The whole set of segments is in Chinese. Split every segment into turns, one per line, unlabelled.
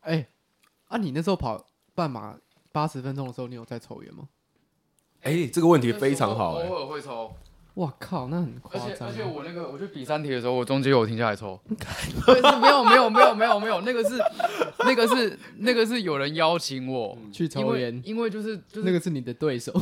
哎、啊，你那时候跑半马八十分钟的时候，你有在抽烟吗？
哎、这个问题非常好、哎
偶尔会抽，
哇靠，那很夸
而且
张
而且
啊。
我那个我去比三体的时候，我中间有停下来 抽，没
没
有没有没有没有没有，那个是那个是 那个是有人邀请我，
去
因
嗯抽
为
烟，
因为就是就
那
是
个嗯是你的对手。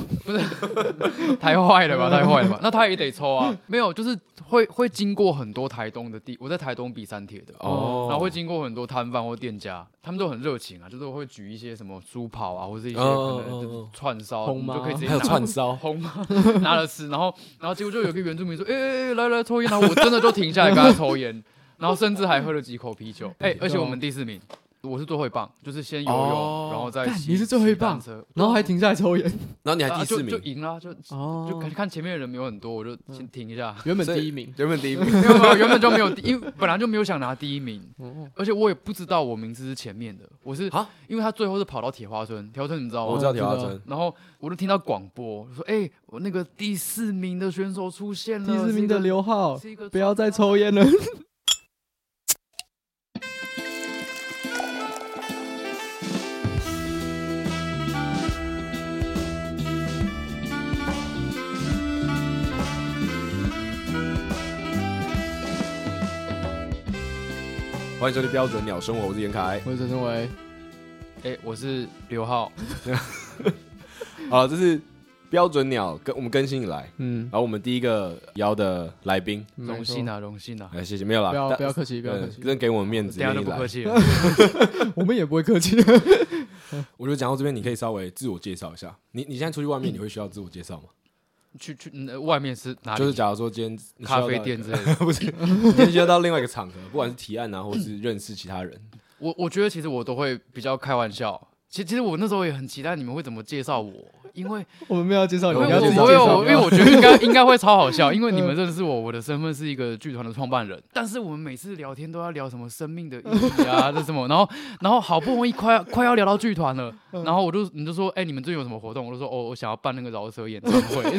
太坏了吧，太坏了吧，那他也得抽啊，没有就是会会经过很多台东的地，我在台东比三铁的。
哦，
然后会经过很多摊贩或店家，他们都很热情啊，就是会举一些什么猪跑啊，或者一些
哦
可能
哦
就
哦
是串烧，
红
你就
吗
可以直接
还有
拿
串 烧，
红吗？拿了吃，然后然后结果就有一个原住民说：“哎哎哎，来来抽烟！”然后我真的就停下来跟他抽烟，然后甚至还喝了几口啤酒。哎、而且我们第四名，我是最后一棒，就是先游泳，
哦
然后再
干
骑
你是最后一棒
骑单车
然后还停下来抽烟。
然后你还
啊
第四名，
就就赢了，就
哦嗯
就看看前面的人没有很多，我就先停一下。
原本
所以
第一名，
原本第一名，
没有没有，原本就没有第，因为本来就没有想拿第一名，
哦
而且我也不知道我名字是前面的，我是
啊
因为他最后是跑到铁花村，铁花村哦你们知道吗？
我知道
知
铁
道
花村，
然后我就听到广播说：“哎、我那个第四名的选手出现了，
第四名的
刘，
刘浩，
是一个
不要再抽烟了。
欢迎收听标准鸟生活，我是严凯。
我是陈升维，
哎、我是刘浩，
好，这是标准鸟跟我们更新以来，
嗯
然，后我们第一个邀的来宾，
荣幸啊，荣幸啊，
哎，谢谢，没有啦，
不要
但
不要客气，不要客
嗯
气，
真给我们面
等
子，
一下
愿
就
意
不客
来。
气了。
我们也不会客气。
我觉得讲到这边，你可以稍微自我介绍一下。你你现在出去外面，你会需要自我介绍吗？
去去、嗯呃外面是哪里？
就是假如说今天你需要
咖
到
啡店之类的。
不是，今天需要到另外一个场合，不管是提案啊，或是认识其他
嗯
人。
我我觉得其实我都会比较开玩笑。其其实我那时候也很期待你们会怎么介绍我，因为
我们没有要介绍
因
你，
为
你要自己
我我
介绍。
有因为我觉得 应该应该会超好笑，因为你
嗯
们认识我，我的身份是一个剧团的创办人，但是我们每次聊天都要聊什么生命的意义 啊，这什么，然后然后好不容易快要快要聊到剧团了，
嗯
然后我就你就说，哎、你们最近有什么活动？我就说，哦，我想要办那个饶舌演唱会。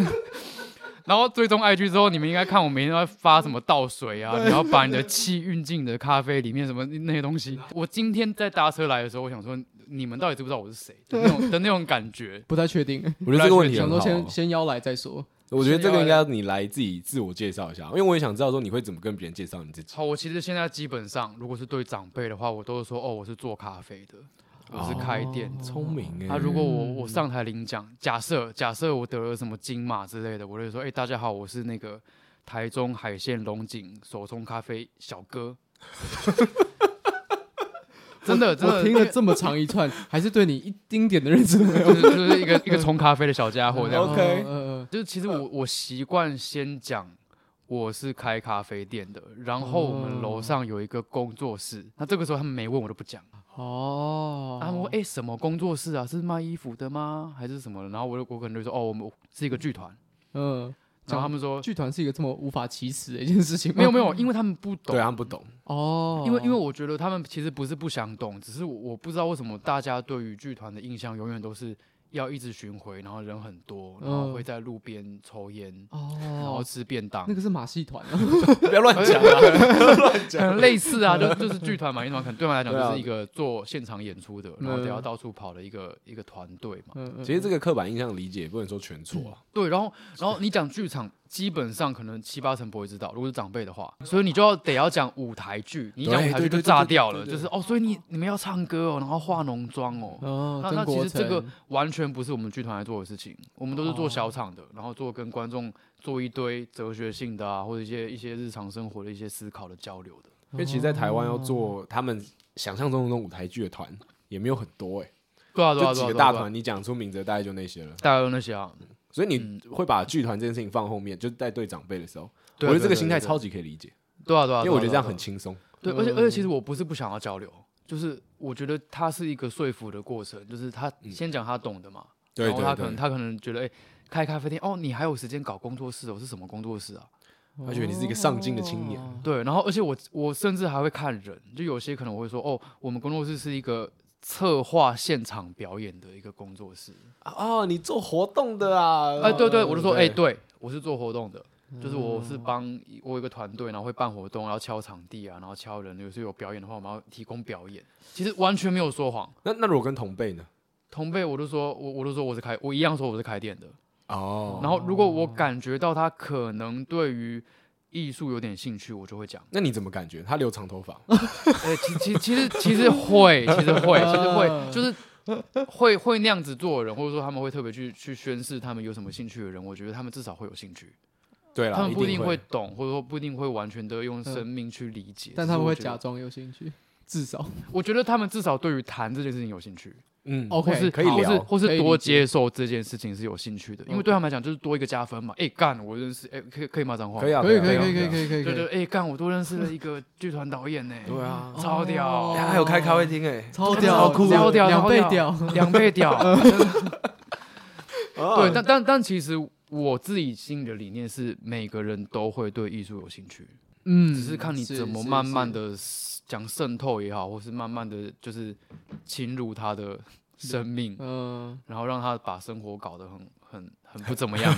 然后追踪 IG 之后，你们应该看我每天都在发什么倒 水啊，然后把你的气运进你的咖啡里面什么那些东西。我今天在搭车来的时候，我想说，你们到底知不知道我是谁的那种的那种感觉。
不太确定，
我觉得这个问题
想说
很好
先
啊。
先邀来再说。
我觉得这个应
啊
该要你来自己自我介绍一下，因为我也想知道说你会怎么跟别人介绍你自己。
好，我其实现在基本上，如果是对长辈的话，我都是说哦，我是做咖啡的，我是
哦
开店的。
聪明
啊，如果我我上台领奖，假设假设我得了什么金马之类的，我就说，哎、大家好，我是那个台中海鲜龙井手冲咖啡小哥。 真的，真的，
我听了这么长一串，还是对你一丁点的认识都 没有。
就是就是一个一个冲咖啡的小家伙这样。
OK
嗯嗯
就是其实我我习惯先讲我是开咖啡店的，然后我们楼
哦
上有一个工作室，那这个时候他们没问我都不讲，啊
嗯哦，
他们问哎、诶什么工作室啊，是卖衣服的吗？还是什么的？然后我就我可能就说哦我们是一个剧团，
嗯，
然后他们说
剧团是一个这么无法启齿的一件事情吗，
没有没有，因为他们不懂
对，啊他们不懂，
啊哦，
因为因为我觉得他们其实不是不想懂，只是我我不知道为什么大家对于剧团的印象永远都是要一直巡回，然后人很多，然后
嗯
会在路边抽烟，然后
哦，
吃便当
那，个是马戏团啊，
不要乱讲啊。
可能类似啊，就就是剧团嘛，因为可能对他们来
对啊嗯
讲就是一个做现场演出的，然后得要到处跑的一个一个团队嘛。
嗯嗯
其实这个刻板印象理解不能说全错啊，
对，然后然后你讲剧场，基本上可能七八成不会知道，如果是长辈的话，所以你就要得要讲舞台剧，你一讲
对
舞台
对
剧就
对
炸
对对
掉
对
了，
对嗯
就是哦，所以你你们要唱歌哦，然后化浓妆哦。
哦，
那
曾
那其
国
实这个
城
完全不是我们剧团来做的事情，我们都是
哦
做小场的，然后做跟观众做一堆哲学性的啊，或者一些一些日常生活的一些思考的交流的。
因为其实，在台湾要做他们想象中的那种舞台剧的团也没有很多哎，
对啊，对啊，
就几
对啊，
个
对啊
大
对啊
团，你讲出名字的大概就那些了。
大概就那些啊。
所以你会把剧团这件事情放后面，就是在对长辈的时候，我
对啊
觉得
对
这个
对
心态
对
超级可以理解，
对啊，对啊，
因为
对啊
我觉得这样
对啊
很嗯轻松。
对，而且而且其实我不是不想要交流，就是我觉得他是一个说服的过程，就是他先讲他懂的嘛，
对
然后哦他可
对
能
对，
他可能觉得哎、开咖啡店哦，你还有时间搞工作室哦，是什么工作室啊？
他觉得你是一个上进的青年。
对，然后而且我我甚至还会看人，就有些可能我会说哦，我们工作室是一个策划现场表演的一个工作室，
哦，你做活动的啊？
呃哎哎、对对，我就说哎、对我是做活动的，就是我是帮我有一个团队，然后会办活动，然后敲场地啊，然后敲人，有时候有表演的话，我们要提供表演。其实完全没有说谎，
那那如果跟同辈呢？
同辈我都说我我都说我是开，我一样说我是开店的。
哦，
然后如果我感觉到他可能对于艺术有点兴趣，我就会讲。
那你怎么感觉？他留长头发，
呃，其其其实其实会，其实会，其实 会，就是会会那样子做的人，或者说他们会特别去去宣示他们有什么兴趣的人，我觉得他们至少会有兴趣，
对啦，
他们不一定会
会。
懂，或者说不一定会完全的用
嗯
生命去理解，
但他们
所以
会
我觉得
假。装有兴趣，至少
我觉得他们至少对于谈这件事情有兴趣，
嗯，
或是
OK
可以
或是
聊
或
可以
是
理
多
解
接受这件事情是有兴趣的，因为对他们来讲就是多一个加分嘛。哎，干，我认识，哎，可以可以骂脏话吗，
可以啊，
可以
啊
可以
啊
可以可以
啊
可以可以，
对对，
可以
哎，干，我多认识了一个剧团导演呢，
对啊，
超屌
哦
他还有开咖啡厅哎，
超
超
屌，
酷
两
超屌
两
超
倍
屌
屌，
啊两倍屌，真的对，
对
但但但其实我自己心里的理念是，每个人都会对艺术有兴趣，
嗯，
只是看你怎么慢慢的讲渗透也好，或是慢慢的就是侵入他的生命，
嗯，
然后让他把生活搞得很很很不怎么样。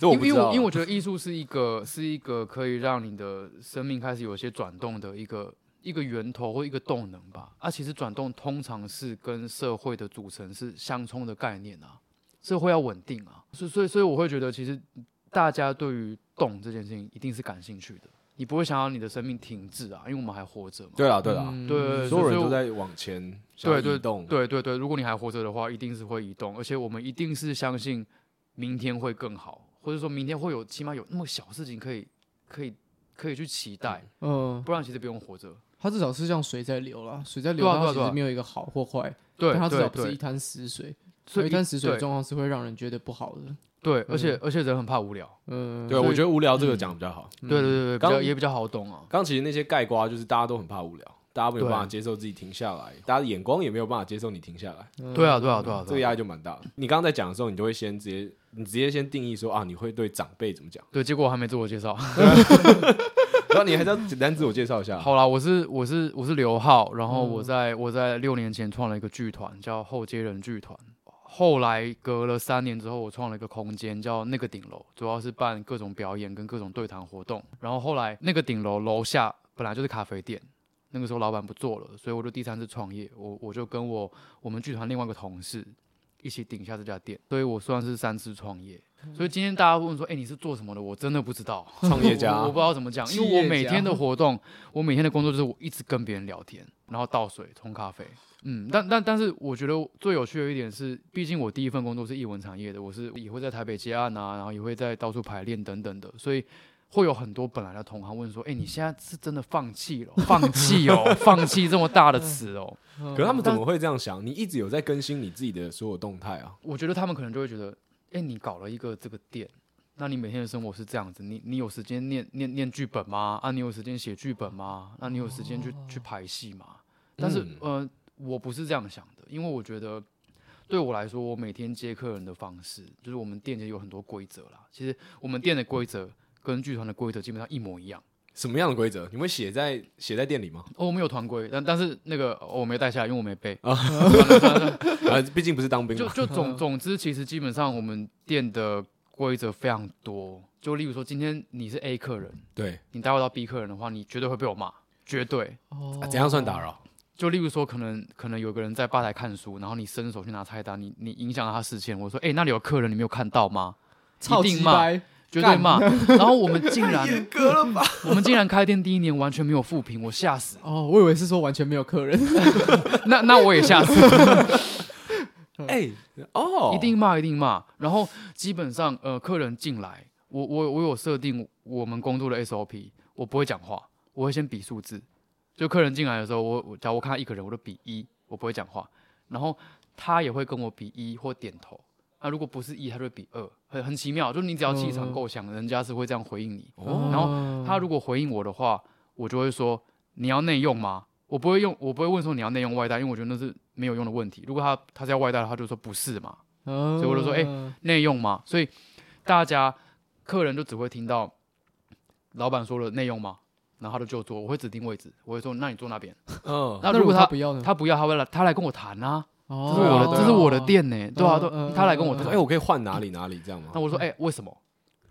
这我
因
不知
为因为
道
我因为我觉得艺术是一个是一个可以让你的生命开始有一些转动的一个一个源头或一个动能吧。啊，其实转动通常是跟社会的组成是相冲的概念啊，社会要稳定啊，所以所以所以我会觉得，其实大家对于动这件事情一定是感兴趣的，你不会想要你的生命停滞啊，因为我们还活着嘛。
对啦对啦，
嗯
对
所有人
所以
都
我
在往前想要
对对
移动，
对对对，如果你还活着的话，一定是会移动，而且我们一定是相信明天会更好，或者说明天会有起码有那么小事情可以可以可以去期待，
嗯，
不然其实不用活着。
它至少是像水在流啦，水在流，
对啊
它
对啊
其
对
实
啊
没有一个好或坏，
对
但它至
对
少不是一
对，
滩死水，
所
有一
以
滩死水的嗯
对
状况是会让人觉得不好的，
对，而且而且人很怕无聊，
嗯，
对，
所以
我觉得无聊这个讲比较好。
嗯
对对对对，比较
刚嗯
也比较好懂啊。
刚其实那些盖瓜就是大家都很怕无聊，大家没有
对
办法接受自己停下来，大家的眼光也没有办法接受你停下来，
对啊对啊对啊，
这个
对啊，
压力就蛮大的。你刚刚在讲的时候，你就会先直接，你直接先定义说啊，你会对长辈怎么讲，
对，结果我还没自我介绍。
然后你还是要简单自我介绍一下。嗯
好啦，我是我是我是刘浩，然后我在、我在六年前创了一个剧团，叫后街人剧团。后来隔了三年之后，我创了一个空间叫那个顶楼，主要是办各种表演跟各种对谈活动。然后后来那个顶楼楼下本来就是咖啡店，那个时候老板不做了，所以我就第三次创业，我我就跟我我们剧团另外一个同事一起顶下这家店，所以我算是三次创业。所以今天大家问说，哎、你是做什么的？我真的不知道。
嗯创业家
我我不知道怎么讲，因
企
为
业
我每
家
天的活动，我每天的工作就是我一直跟别人聊天，然后倒水、冲咖啡。嗯，但但但是我觉得最有趣的一点是，毕竟我第一份工作是艺文产业的，我是也会在台北接案啊，然后也会在到处排练等等的，所以会有很多本来的同行问说：“哎、你现在是真的放弃了？放弃哦，放弃这么大的词哦。”
嗯，
可是他们怎么会这样想？你一直有在更新你自己的所有动态啊，
我觉得他们可能就会觉得，哎、你搞了一个这个店，那你每天的生活是这样子，你你有时间念念念剧本吗？啊，你有时间写剧本吗？那你有时间去、去排戏吗？但是、呃，我不是这样想的，因为我觉得对我来说，我每天接客人的方式，就是我们店其实有很多规则啦。其实我们店的规则跟剧团的规则基本上一模一样。
什么样的规则？你们会写在写在店里吗？
哦，我们有团规，但但是那个、哦我没带下来，因为我没背。
啊，毕竟不是当兵
就
嘛。
就总总之，其实基本上我们店的规则非常多。就例如说，今天你是 A 客人，
对，
你待会到 B 客人的话，你绝对会被我骂，绝对。
哦
啊怎样算打扰？
就例如说，可能可能有个人在吧台看书，然后你伸手去拿菜单，你你影响到他视线。我说，哎、那里有客人，你没有看到吗？
超
一定
级
骂
掰，
绝对骂。然后我们竟然，
格了吧？
我们竟然开店第一年完全没有复评，我吓死。
哦，我以为是说完全没有客人，
那那我也吓死。
哎，哦，
一定骂，一定骂。然后基本上，呃，客人进来，我我我有设定我们工作的 SOP，我不会讲话，我会先比数字。就客人进来的时候，我我假如我看他一个人，我就比一，我不会讲话。然后他也会跟我比一或点头。那、如果不是一，他就会比二，很很奇妙。就是你只要气场够强，人家是会这样回应你。
哦
然
后
他如果回应我的话，我就会说你要内用吗？我不会用，我不会问说你要内用外带，因为我觉得那是没有用的问题。如果他他是要外带的话，他就说不是嘛。
所
所以我就
哦
说哎内用嘛，所以大家客人就只会听到老板说了内用吗？然后他就就坐，我会指定位置，我会说那你坐那边。
嗯，
那
哦那
如果
他
他
不要呢？哦
他不要，他会来他来跟我谈啊，这
这
是我的
对啊
这是我的店呢，对啊，
嗯嗯
对，他来跟我
他说，
谈
哎，，我可以换哪里哪里这样吗
那？我说哎为什么？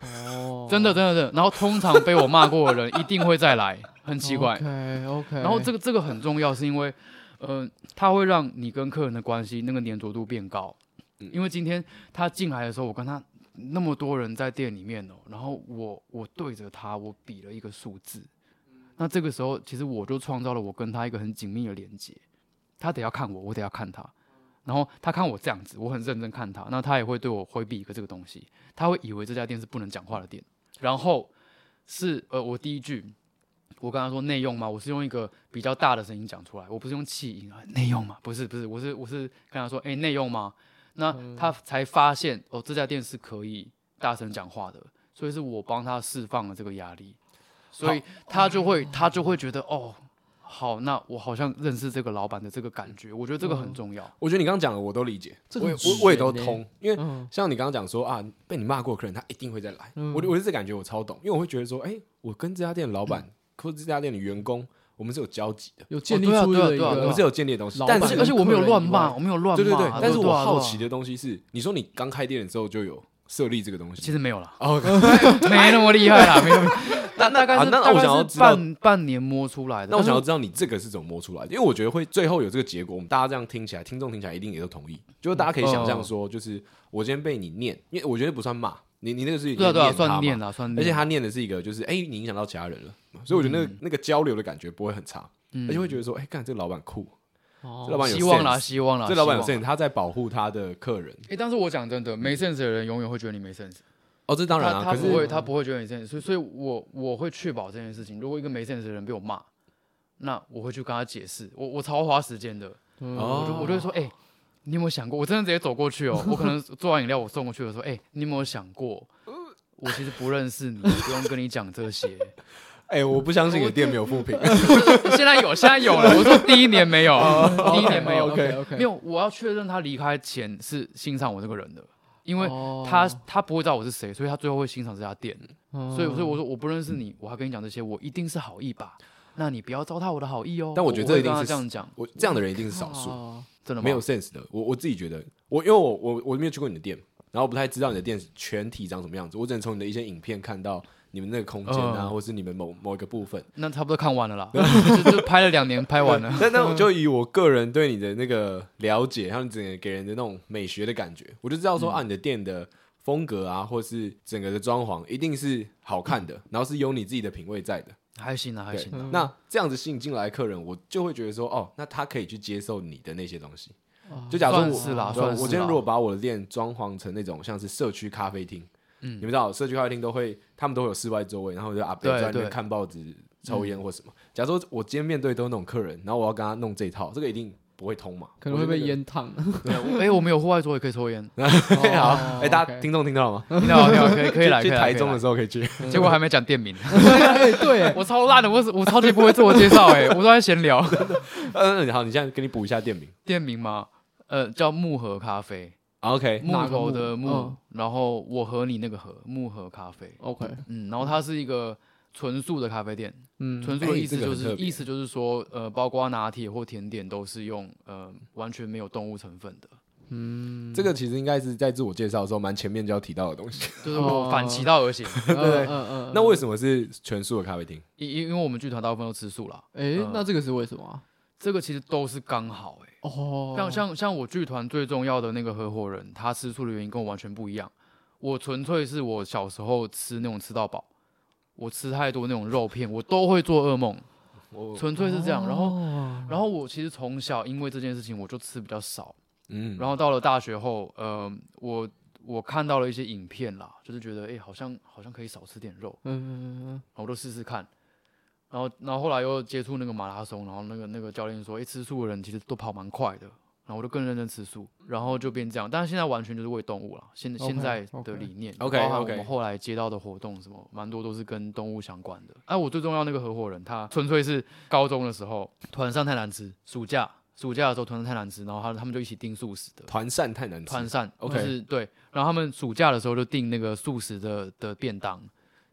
哦，
真的真的真的。然后通常被我骂过的人一定会再来，很
哦
奇怪。
OK OK，
然后这
个
个这个很重要，是因为，呃，它会让你跟客人的关系那个粘着度变高。
嗯
因为今天他进来的时候，我跟他那么多人在店里面哦，然后我我对着他，我比了一个数字，那这个时候其实我就创造了我跟他一个很紧密的连接，他得要看我，我得要看他。然后他看我这样子，我很认真看他，那他也会对我回避一个这个东西，他会以为这家店是不能讲话的店。然后是呃，我第一句我刚刚说内用吗？我是用一个比较大的声音讲出来，我不是用气音啊，内用吗？不是不是，我是我是跟他说，哎、内用吗？那他才发现哦，这家店是可以大声讲话的，所以是我帮他释放了这个压力，所以他就会他就会觉得哦，好，那我好像认识这个老板的这个感
嗯
觉，我觉得这个很重要。
我觉得你刚刚讲的我都理解，
这
我也
很
我我也都
玄欸
通，因为
嗯
像你刚刚讲说啊，被你骂过的客人他一定会再来，
嗯
我就我就这感觉我超懂，因为我会觉得说，哎、我跟这家店的老
嗯
板、或者这家店的员工，我们是有交集的，
有建立
对啊
出
对啊
的一
对啊
我
个
们是有建立的东西，
老板
但
而
是
且而且我没有乱骂，
跟客人以外
我没有乱骂，
对对对
啊，
但是
对
我
啊对啊
好奇的东西是，你说你刚开店的时候就有设立这个东西，
其实没有啦，
哦，
没那么厉害啦，没那么。大大概
啊
是
那那
大
我
概
想要
是
知道
半半年摸出来的。
那我
但是
想要知道你这个是怎么摸出来的，因为我觉得会最后有这个结果，我们大家这样听起来，听众听起来一定也都同意，就是大家可以想
嗯
象说，就是我今天被你念，因为我觉得不算骂，你你那个是
对啊对啊，
他嘛
算念啦，算念。
而且他念的是一个，就是哎、你影响到其他人了，所以我觉得那个、
嗯
那个交流的感觉不会很差，而且会觉得说，哎、干这个老板酷，这老
哦，
板有
希望啦，
sense
希望啦，
这老板有
希望啊
sense，他在保护他的客人。
诶，但是我讲真的，没 sense 的人永远会觉得你没 sense。
哦，这当然啊，
他他
可
不
是
会，他不会觉得你 sense，所以所以我我会确保这件事情。如果一个没 sense 的人被我骂，那我会去跟他解释。我我超花时间的，
哦
我就我就会说，哎、你有没有想过？我真的直接走过去哦，我可能做完饮料我送过去，我说，哎、你有没有想过？我其实不认识你，不用跟你讲这些。
哎、我不相信你店没有负评，
现在有，现在有了。我说第一年没有，
哦
第一年没有，
哦 OK OK，
没有。我要确认他离开前是欣赏我这个人的，因为
哦
他他不会知道我是谁，所以他最后会欣赏这家店。
嗯
所以所以我说我不认识你，我还跟你讲这些，我一定是好意吧？那你不要糟蹋我的好意哦。
但我觉得这
会
一定
跟他
是
这样讲，
我这样的人一定是少数。
哦
真的吗
没有 sense 的。我我自己觉得，我因为我我我没有去过你的店，然后我不太知道你的店全体长什么样子，我只能从你的一些影片看到你们那个空间啊，
嗯
或是你们某某一个部分。
那差不多看完 了啦，就就拍了两年，拍完了。
但但我就以我个人对你的那个了解，还有你整个给人的那种美学的感觉，我就知道说、啊，你的店的风格啊，或是整个的装潢一定是好看的，然后是有你自己的品味在的。
还行啊，还
对
行啊。
那这样子吸引进来的客人，我就会觉得说，哦，那他可以去接受你的那些东西。
啊
就假如说我
算是啦
对啊
算是啦
我今天如果把我的店装潢成那种像是社区咖啡厅，嗯，你们知道社区咖啡厅都会，他们都会有室外座位，然后就阿伯
对
在那边
对嗯
看报纸、抽烟或什么。假如说我今天面对都是那种客人，然后我要跟他弄这一套，这个一定不会通嘛，
可能会被 淹 烫。
哎、我们有户外桌也可以抽烟，
对。好，
哦
啊
哎，大家
OK
听众听到了吗？
听到没有？可以可以来，可
去
以
去
来。
台
可以
中的
来
时候可以去。
结果还没讲店名，
哎， 对，
我超烂的，我我超级不会自我介绍哎、我都在闲聊。
嗯，好，你现在给你补一下店名。
店名吗？呃，叫木盒咖啡，
啊 OK，
木
哪个
头
木
的木，
嗯
然后我和你那个和木盒咖啡，
OK，
嗯，然后它是一个纯素的咖啡店，
嗯，
纯素的
哎
意
这
思
个
就
很
是、
特别
意思就是说，呃，包括拿铁或甜点都是用呃完全没有动物成分的，
这个其实应该是在自我介绍的时候蛮前面就要提到的东西。
就是我反其道而行，
对对，哦嗯嗯
那为什么是全素的咖啡厅？
因因因为我们剧团大部分都吃素啦，
哎
嗯，
那这个是为什么啊？
这个其实都是刚好哎、
哦，
像像像我剧团最重要的那个合伙人，他吃素的原因跟我完全不一样。我纯粹是我小时候吃那种吃到饱，我吃太多那种肉片，我都会做噩梦，
我
纯粹是这样。然后
哦
然后我其实从小因为这件事情，我就吃比较少。
嗯，
然后到了大学后，呃，我我看到了一些影片啦，就是觉得哎、诶好像好像可以少吃点肉，
嗯，
然后我就试试看。然后，然后后来又接触那个马拉松，然后那个那个教练说，哎，吃素的人其实都跑蛮快的。然后我就更认真吃素，然后就变这样。但是现在完全就是喂动物了，现
OK，
现在
OK
的理念
OK，
包含我
OK
们后来接到的活动什么，蛮多都是跟动物相关的。哎、我最重要那个合伙人，他纯粹是高中的时候团上太难吃，暑假暑假的时候团上太难吃，然后他他们就一起订素食的。
团扇太难吃。
团扇
OK
就是对。然后他们暑假的时候就订那个素食的的便当，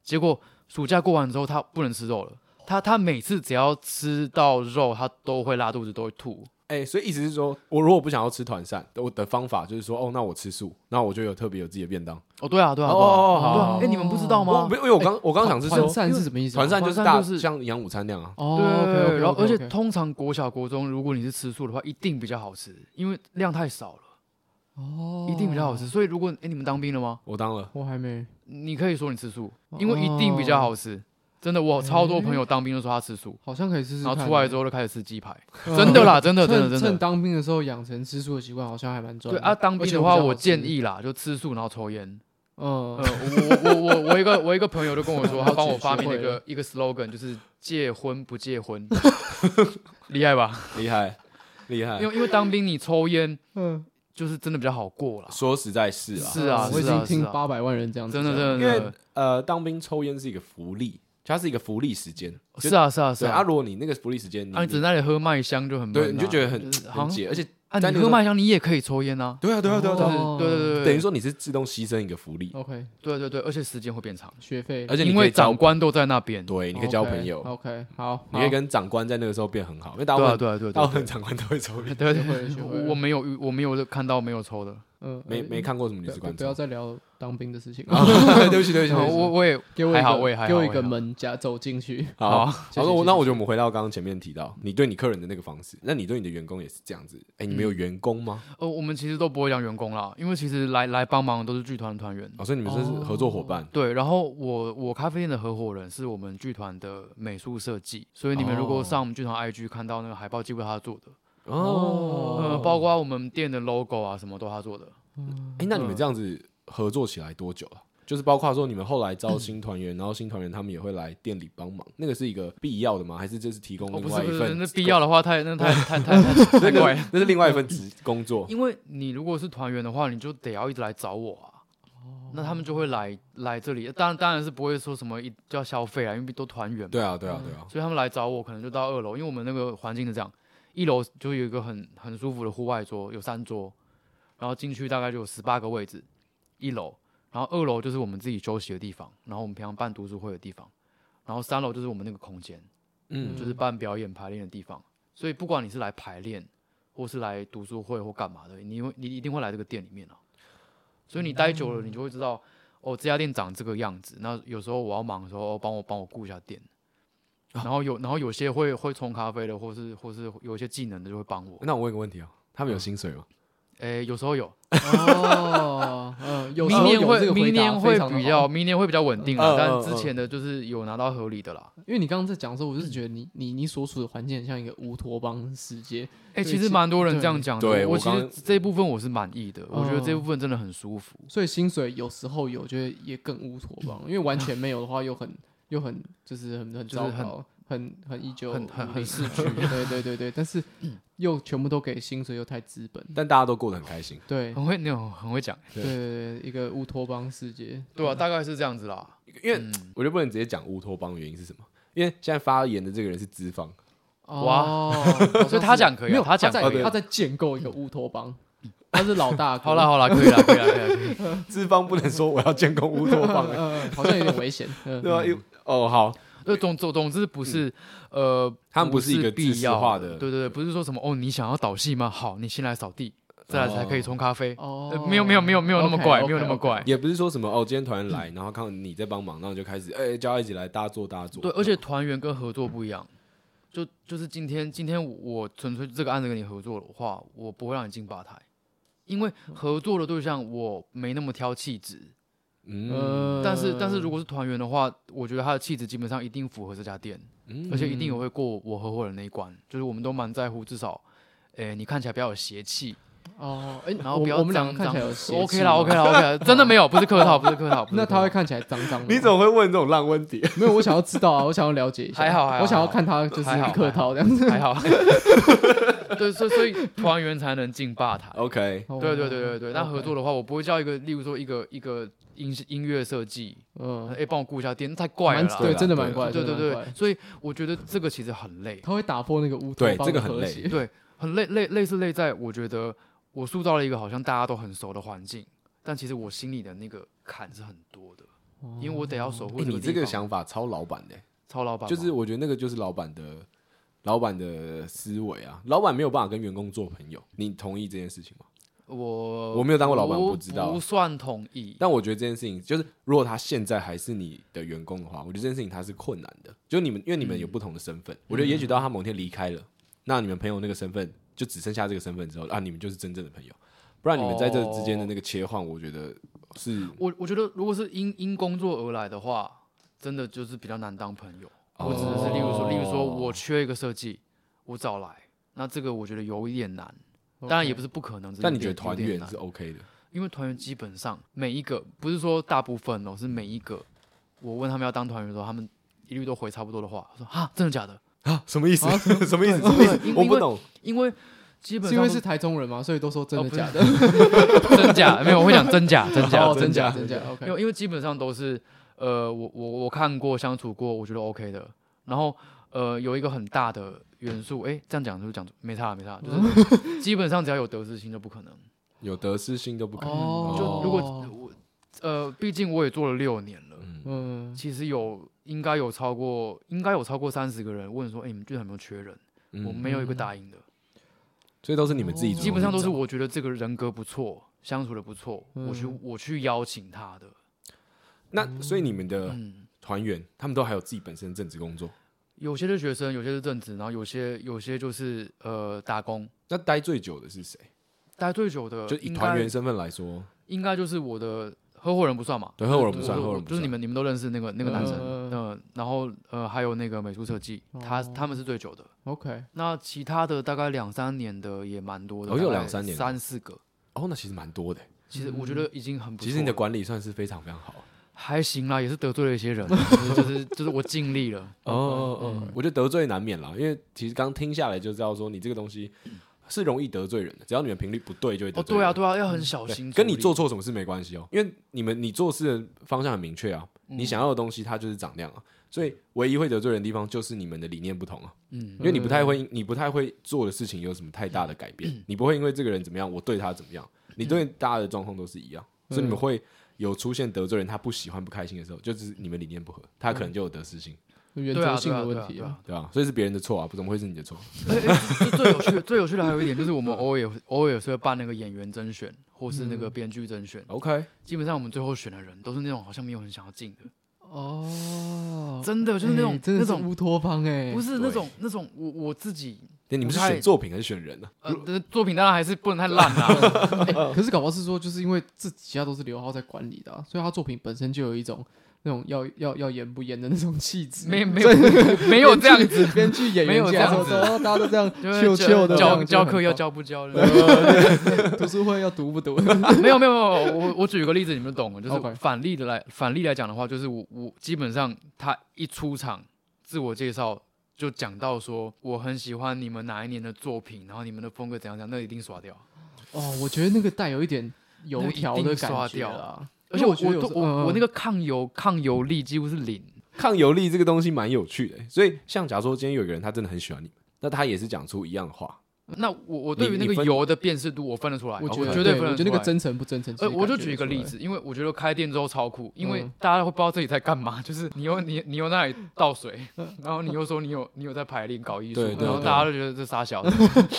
结果暑假过完之后，他不能吃肉了。他他每次只要吃到肉，他都会拉肚子，都会吐。
哎、哎、所以意思是说，我如果不想要吃团扇，我的方法就是说，哦，那我吃素，那我就有特别有自己的便当。
哦，对啊，对啊，
哦
对
哦哦
啊
好
对
好
啊，哎，你们不知道吗
我？因为我刚、我刚想是
团
说，
扇是什么意思啊？
团扇就是
团
大
扇就是
像营养午餐那样啊。
哦
对
OK，OK，OK，OK，
然后而且通常国小国中，如果你是吃素的话，一定比较好吃，因为量太少了，
哦，
一定比较好吃。所以如果哎你们当兵了吗？
我当了，
我还没
你可以说你吃素
哦，
因为一定比较好吃。真的，我超多朋友当兵都说他吃素，
好像可以试试
然
看。
后出来之后就开始吃鸡排，
嗯，
真的啦，真的，真的，
趁
真
趁
的。
当兵的时候养成吃素的习惯，好像还蛮重要
对
的。
啊，当兵的
而
话，
且比较
我
好吃
建，议啦，就吃素，然后抽烟。呃，
嗯，
我我我我一个我一个朋友就跟我 说，他帮我发明了一
学会
个一个 slogan，就是戒婚不戒 婚，厉害吧？
厉害，厉害
因。为因为当兵你抽烟
嗯，
就是真的比较好过啦，
说实在是啊，
是啊
我已
是啊
经听
是啊
八百万人这样子
真
讲
的
了，
真的，
因为呃，当兵抽烟是一个福利，它是一个福利时间。就是
啊是啊是
对啊，
啊，
如果你那个福利时间，你
啊你只在那里喝麦香就很闷啊
对，你就觉得很
就是好
很
像
解，而且
啊
在
你
那个
喝麦香你也可以抽烟啊，
对啊，对啊，对啊，对
就
啊
是
哦
对对对，
等于说你是自动牺牲一个福利，
OK，
对对对，而且时间会变长，
学费，
而且你
因
可以
为
交
长官都哦在那边，
对，你可以交朋友，
OK，好，
你可以跟长官在那个时候变很好，因为大部
对啊
分
对啊对啊对
大部
啊
分长官都会抽烟，
对啊
学
对啊，
会了学会
我
了，
我没有遇我没有看到没有 抽的，
嗯
没没看过什么女
不
士
不
官
不要
抽。
再聊当兵的事情了，
啊 对不起，对不起，对不起
然后我我也
给我一
还好
个
我也还好
给我
我
一
也
个
还好
门夹走进去。
好，
谢谢
好，那我
谢谢
那我就我们回到刚刚前面提到，你对你客人的那个方式，那你对你的员工也是这样子？哎，你们有员工吗？
嗯
呃我们其实都不会讲员工啦，因为其实来来帮忙都是剧团的团员。
哦，所以你们这是合作伙伴，
对，然后我我咖啡店的合伙人是我们剧团的美术设计，所以你们如果
哦
上我们剧团 IG 看到那个海报，记不他做的，
哦
呃，包括我们店的 logo 啊，什么都他做的。
哎，那你
嗯
们这样子合作起来多久了？就是包括说你们后来招新团
嗯
员，然后新团员他们也会来店里帮忙，那个是一个必要的吗？还是这是提供
哦，
另
不是
外
不
一
是，
份？
那必要的话太那太太太太太怪 了。
那是另外一份职工作。
因为你如果是团员的话，你就得要一直来找我啊。那他们就会来来这里，当然当然是不会说什么一叫消费啊，因为都团员嘛。
对啊，对啊，对啊。
所以他们来找我，可能就到二楼，因为我们那个环境是这样，一楼就有一个很很舒服的户外桌，有三桌，然后进去大概就有十八个位置，一楼，然后二楼就是我们自己休息的地方，然后我们平常办读书会的地方，然后三楼就是我们那个空间，
嗯，
就是办表演排练的地方，所以不管你是来排练，或是来读书会或干嘛的，你会你一定会来这个店里面啊，所以你待久了，你就会知道。哦，这家店长这个样子。那有时候我要忙的时候，哦帮我帮我顾一下店。
哦
然后有，然后有些会会冲咖啡的，或是或是有一些技能的就会帮我。
那我问一个问题啊，他们有薪水吗？
嗯
诶，有时候有，
哦， 嗯，有时
明
候
年
有这
会
个
明
回答
年会
非常的
比
好
较，明年会比较稳定
嗯
啊
嗯。
但
嗯
之前的就是有拿到合理的啦。
因为你刚刚在讲的时候，我是觉得你你你所处的环境很像一个乌托邦世界，
诶，
对
其实
其
蛮多人
对
这样讲的。
对
我
我
其实
刚
这一部分我是满意的，我觉得这
嗯
部分真的很舒服。
所以薪水有时候有，我觉得也更乌托邦，因为完全没有的话又很又很就是很很
就是
糟
很
糕，很很依旧
很很很
市区， 对对对对，但是又全部都给薪水又太资本，
但大家都过得很开心。
对
很会，那种很会讲。
对对对，一个乌托邦世界，
对啊，大概是这样子啦。
因为我就不能直接讲乌托邦的原因是什么，因为现在发言的这个人是资方，
哇，
所以他讲可以啊
哦没有，
他讲
在
可以
他在建构一个乌托邦，他是老大哥，
好啦好啦，可 以啦可以啦可以啦可以啦。
资方不能说我要建构乌托邦，
嗯，好像有点危 险，嗯
对吧？因为哦，好，
呃，总总总之不是，呃，
他们不是一个
必
自私
要
化的
对对对，不是说什么哦，你想要导戏吗？好，你先来扫地，再来
哦
才可以冲咖啡。呃
哦，
没有没有没有没有那么怪，
OK，OK，
没有那么
OK
怪。
也不是说什么哦，今天团员来，然后看到你在帮忙，然后就开始哎，叫他一起来，大家做，大家做。
对，而且团员跟合作不一样，就就是今天今天我纯粹这个案子跟你合作的话，我不会让你进吧台，因为合作的对象我没那么挑气质，
嗯
呃
但是但是如果是团员的话，我觉得他的气质基本上一定符合这家店，
嗯
而且一定也会过我合伙人那一关，就是我们都蛮在乎，至少，诶，你看起来比较有邪气，
哦，哎，
然后
我
不要
我们两
脏
个看
脏
起来
的
有邪
，OK
气
啦
吗
OK 啦 OK 啦，真的没有，不是客套，不是客套，不是
那
客
他会
套
看起来脏脏的吗。
你怎么会问这种烂问题？
没有？我想要知道啊，我想要了解一下。
还好还好
我想要看他就是
还好
客套这样子。
还好， 对，所以所以团员才能进吧台。
OK，
哦
对对对对对，那合作
了，
的话，我不会叫一个，例如说一个一个音音乐设计，
嗯，
哎，帮我顾一下店，太怪了
蛮
啦。
对，真的蛮
对
怪的，
对对
真的蛮怪
对，
的，
所以我觉得这个其实很累，
他会打破那个乌托
对
邦
这
的
个很
和
累
谐。
对，很累累累是累在，我觉得我塑造了一个好像大家都很熟的环境，但其实我心里的那个坎是很多的，因为我得要守护
哎你这
这地
个
方
想法超老板的，
超老板嘛，
就是我觉得那个就是老板的老板的思维啊，老板没有办法跟员工做朋友，你同意这件事情吗？
我
我没有当过老板
不
我不知道
不算同意。
但我觉得这件事情，就是如果他现在还是你的员工的话，我觉得这件事情他是困难的。就你们，因为你们
嗯
有不同的身份，我觉得也许到他某天离开了，那你们朋友那个身份就只剩下这个身份之后啊，你们就是真正的朋友。不然你们在这之间的那个切换，我觉得是
我我觉得如果是因因工作而来的话，真的就是比较难当朋友。哦我指的是，例如说，例如
哦
说我缺一个设计，我找来，那这个我觉得有一点难，当然也不
是
是不可能。只是
但你
有
觉得
点
团
有点
员
难
是 OK 的？
因为团员基本上每一个，不是说大部分哦，是每一个。我问他们要当团员的时候，他们一律都回差不多的话，说啊，真的假的？
啊，什么意 思？什么意思？什
对
么意思
因为
我不懂。
因为基本
是因
上
为
都
是台中人嘛，所以都说真
哦
的
不是
假的，
真假，没有，我会讲真假，真假，
哦真假真
真
假
假
，OK，
因为因为基本上都是呃，我我我看过相处过，我觉得 OK 的。然后呃，有一个很大的元素，诶，这样讲就是讲没差没差，就 是基本上只要有得失心就不可能。
有得失心都不可能。
哦
就如果我呃，毕竟我也做了六年了，
嗯，
嗯，
其实有应该有超过应该有超过三十个人问说，哎诶，你们剧团有没有缺人？
嗯
我没有一个答应的，
所以都是你们自己主动去找，
基本上都是我觉得这个人格不错，相处的不错，我去我去邀请他的。
那，所以你们的
嗯，
团员他们都还有自己本身的正职工作。
有些是学生，有些是正职，然后有些有些就是呃打工。
那待最久的是谁？
待最久的
就以
呃应
团
该
员身份来说，
应该就是我的合伙人不算嘛？
对合伙人不算
我
合伙
我
人不
就是你
算
们你们都认识那个那个男生，
嗯嗯嗯哦
嗯，然后呃还有那个美术设计，他他们是最久的。
OK，
那其他的大概两三年的也蛮多的，
哦有
大概
两三年的
三四个。
哦，那其实蛮多的欸。
其实我觉得已经很不错了。
其实你的管理算是非常非常好。
还行啦，也是得罪了一些人，就是就是就是我尽力了。
哦哦
嗯
哦，我觉得得罪难免啦，因为其实刚听下来就知道说你这个东西是容易得罪人的，只要你们频率不对就会
哦，
得罪
对
人。
啊，对啊，要很小
对
心处理。
跟你做错什么事没关系哦，因为你们你做事的方向很明确啊，
嗯
你想要的东西它就是长那样啊，所以唯一会得罪人的地方就是你们的理念不同啊，
嗯，嗯
因为你不太会，你不太会做的事情有什么太大的改变， 你不会因为这个人怎么样，我对他怎么样，你对大家的状况都是一样，所以
嗯
你们会有出现得罪人，他不喜欢、不开心的时候，就只是你们理念不合，他可能
嗯
就有得失心，
原
对啊
则性
对啊
的
对
问
啊
题
对啊，
对吧？所以是别人的错啊，不怎么会是你的错？
哎哎最最有趣 的、最有趣的还有一点就是，我们偶尔也会偶尔也是会办那个演员甄选，或是那个编剧甄选。
OK，
基本上我们最后选的人都是那种好像没有很想要进的，
哦，
真的就是那种
哎真
那
的是
种
乌托邦哎，
不是那
对
种那种我我自己
那你们是
不太
选作品还是选人啊呢、
呃的作品当然还是不能太烂啦。
可是搞不好是说，就是因为自己家都是刘浩在管理的啊、所以他作品本身就有一种那种要要要演不演的那种气质。
没没有没有这样子，
子，编剧演
没有
员进来
这样
说说大家都这样
就是
秀秀的，
教教课要
教，
教不教的，
读书会要读不 读？
没有没有没有，我我举个例子你们就懂了，就
OK
是反例的来反例来讲的话，就是我我基本上他一出场自我介绍就讲到说我很喜欢你们哪一年的作品，然后你们的风格怎样怎样，那一定刷掉。
哦，我觉得那个带有一点油条的感
那一定
觉
刷掉
啊，
而
因
且
为
我
我觉得有
都
时候
我
嗯
我那个抗油抗油力几乎是零，
抗游力这个东西蛮有趣的、所以像假如说今天有一个人他真的很喜欢你，那他也是讲出一样的话，
那我我对于
你
那
你
个
分
油的辨识度我分得出来，
我觉得
绝
对，
分
我
得
觉得
出
那
来
个。真诚不真诚。
呃，
其实
我就
感觉
举一个
得出
例
来，
子，因为我觉得开店之后超酷，因为
嗯
大家会不知道自己在干嘛， 就是你又你你又在那里倒水，
嗯
然后你又说你有你有在排练搞艺术，
对对
然后
对
大家就觉得这傻小子。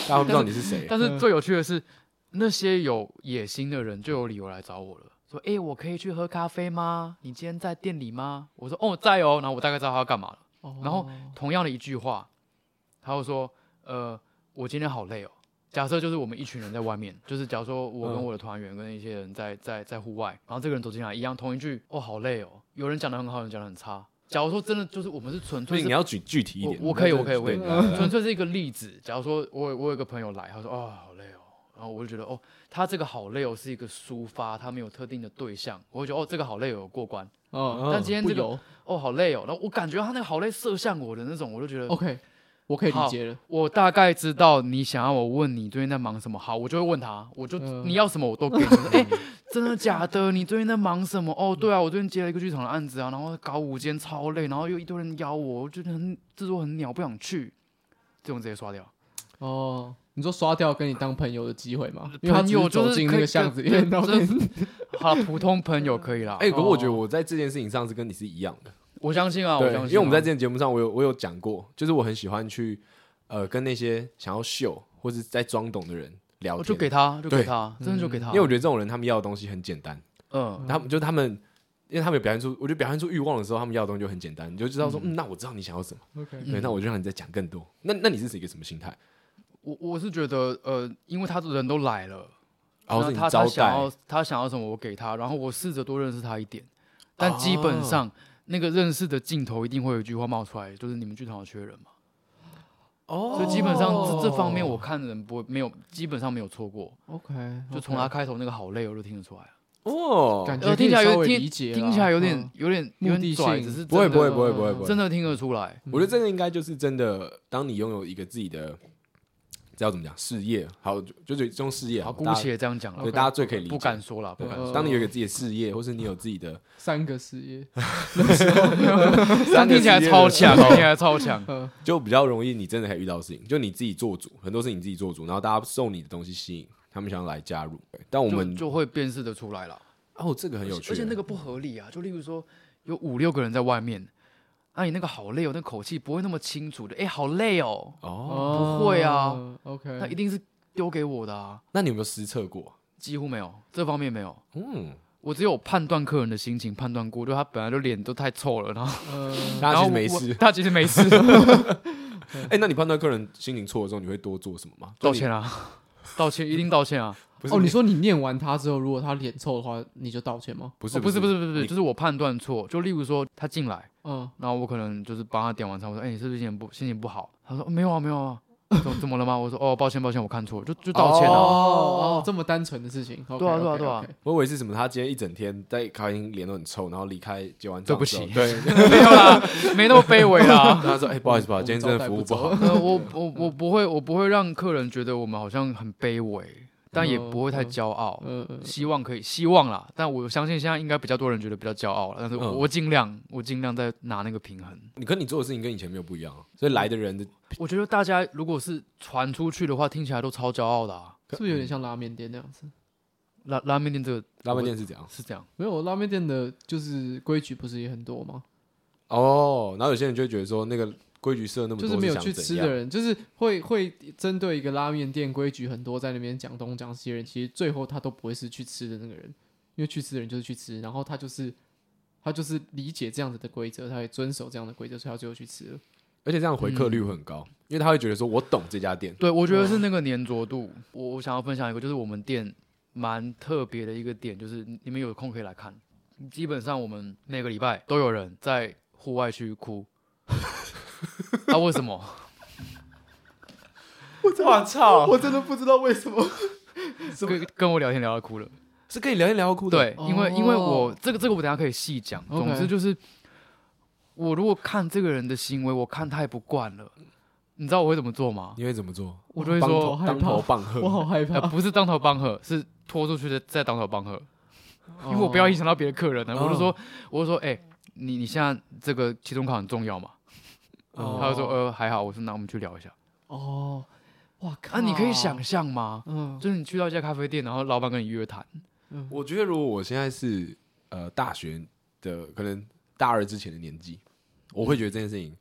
大家会不知道你是谁、
但是最有趣的是，那些有野心的人就有理由来找我了，说：“诶，我可以去喝咖啡吗？你今天在店里吗？”我说：“哦，在哦。”然后我大概知道他要干嘛了。
哦
然后同样的一句话，他又说：“呃，我今天好累哦。”假设就是我们一群人在外面，就是假如说我跟
嗯
我的团员跟一些人在在在户外，然后这个人走进来一样，同一句“哦，好累哦”，有人讲的很好，有人讲的很差。假如说真的就是我们是纯
所
粹
以
是
你要举具体一点。
我我可以，我可以，我可以
对对对，
纯粹是一个例子。假如说我有我有一个朋友来，他说哦好累哦，然后我就觉得哦他这个好累哦是一个抒发，他没有特定的对象，我会觉得哦这个好累哦过关。
哦，
但今天
不
这个
油
哦好累哦，然后我感觉他那个好累射向我的那种，我就觉得、
，OK，我可以理
好
解了。
我大概知道你想要我问你最近在忙什么，好我就会问他，我就、
嗯
你要什么我都给你。我说 哎、真的假的？你最近在忙什么？哦对啊，我最近接了一个剧场的案子啊，然后搞五间超累，然后又一堆人邀我，我觉得很制作很鸟，不想去，这种直接刷掉。
哦，你说刷掉跟你当朋友的机会吗？因为他
呃朋
只
友
是
就
走
是
进
可
那
以
个巷子里
对
面，然后
这
跟 你
好，普通朋友可以啦。
哎、可是我觉得
哦
我在这件事情上是跟你是一样的，
我相信啊，我
对
相信啊、
因为我们在这件节目上，我有我有讲过，就是我很喜欢去呃跟那些想要秀或是在装懂的人聊
我
天，
就给他，就给
对嗯
他，真的就给他。
因为我觉得这种人他们要的东西很简单，
嗯，
他们就是他们。因为他们表现出，我觉得表现出欲望的时候，他们要的东西就很简单，你就知道说，嗯，那我知道你想要什么，
OK，
对，那我就让你再讲更多。那那你是一个什么心态？
我我是觉得，呃，因为他人都来了，
然后
那
哦是你
他他
招
想
待
要他想要什么，我给他，然后我试着多认识他一点，但基本
哦
上、那个认识的尽头一定会有一句话冒出来，就是你们剧团有缺人嘛，
哦
所以基本上
哦
这这方面我看人不会没有，基本上没有错过，
OK，
就从他开头那个好累哦，我就听得出来了。
哦，
感觉
呃，
可以
听起来
稍
有
微
点
理解
啊
听
啦
起来有点
嗯
有点有
目的
点拽，
性
只是
不会
真的嗯
不会不会不会不会，
真的听得出来。
我觉得这个应该就是真的，当你拥有一个自己的，知道怎么讲事业，好就就是用事业
好，
好，
姑
大家
且这样讲
嗯
了
对，大家最可以理解，
不敢说了，不
对
敢
呃
说。
当你有一个自己的事业，或是你有自己的，
三个事 业，
这样听起来超强， 听起来超强。
呃，
就比较容易你真的可以遇到事情，就你自己做主，很多事情你自己做主，然后大家受你的东西吸引，他们想要来加入。对但我
就
们
就会辨识的出来了，
哦，这个很有趣，
而且那个不合理啊！就例如说，有五六个人在外面，啊，你那个好累哦，那口气不会那么清楚的，哎，好累哦，
哦，
哦
不会啊那一
，OK，
定是丢给我的啊，
那你有没有实测过？
几乎没有这方面没有，
嗯，
我只有判断客人的心情，判断过，就他本来就脸都太臭了，然后
呃，
大家其实
然后
没
我
事。
他其实没事，
哎，那你判断客人心情错的时候，你会多做什么吗？
道歉啊，道歉一定道歉啊，
不是
哦，你说你念完他之后，如果他脸臭的话，你就道歉吗？
不
哦
是
不是不
是
是不是不是，
你
就是我判断错，就例如说他进来。
嗯，
然后我可能就是帮他点完餐，我说：“哎、你是不是心情不心情不好？”他说：“哦没有啊，没有啊，怎么怎么了吗？”我说：“哦，抱歉，抱歉，我看错，了，就就道歉啊。
哦
哦哦，这么单纯的事情，
对啊对啊对啊
我以为是什么，他今天一整天在咖啡厅脸都很臭，然后离开结完账
对不
之后
起
啊对，
没有啦，没那么卑微啦。
他说哎， 不好意思，不好意思，今天真的服务不 好，
呃，我我我不会，我不会让客人觉得我们好像很卑微，但也不会太骄傲。
嗯嗯，
希望可以，希望啦，但我相信现在应该比较多人觉得比较骄傲了，但是我,、
嗯
我尽量，我尽量在拿那个平衡。
你跟你做的事情跟以前没有不一样啊，所以来的人的
我觉得大家如果是传出去的话，听起来都超骄傲的啊。
是不是有点像拉面店那样子？
拉拉面店这个
拉面店是怎样？
是这样，
没有，拉面店的就是规矩不是也很多吗？
哦，然后有些人就会觉得说那个规矩设那么
就
多，
是没有
想
去
怎
吃
样
的人，就是会会针对一个拉面店规矩很多，在那边讲东讲西的人，其实最后他都不会是去吃的那个人，因为去吃的人就是去吃，然后他就是他就是理解这样子的规则，他也遵守这样的规则，所以他最后去吃了。
而且这样回客率会很高，因为他会觉得说我懂这家 店，
对，我觉得是那个粘着度。我我想要分享一个，就是我们店蛮特别的一个点，就是你你们有空可以来看。基本上我们每个礼拜都有人在户外去哭， 啊，为什么？
我操，
我真的不知道为什么，
跟跟我聊天聊到哭了。
是跟你聊天聊到哭的，
对，因为、
哦
因为我这个这个我等一下可以细讲。
OK
总之就是，我如果看这个人的行为，我看太不惯了，你知道我会怎么做吗？
你会怎么做？
我就会
帮
说
头，
害
当
怕
头棒
我
喝，
好害怕
呃，，不是当头棒喝，是拖出去的再当头棒喝。
哦
因为我不要影响到别的客人呢、
哦
我就说，我就说，哎、你你现在这个期中考很重要嘛？
哦
他就说，呃，还好。我说，那我们去聊一下。
哦，哇靠！
啊，你可以想，象吗？
嗯，
就是你去到一家咖啡店，然后老板跟你约谈，
我觉得如果我现在是呃大学的，可能大二之前的年纪，我
嗯
会觉得这件事情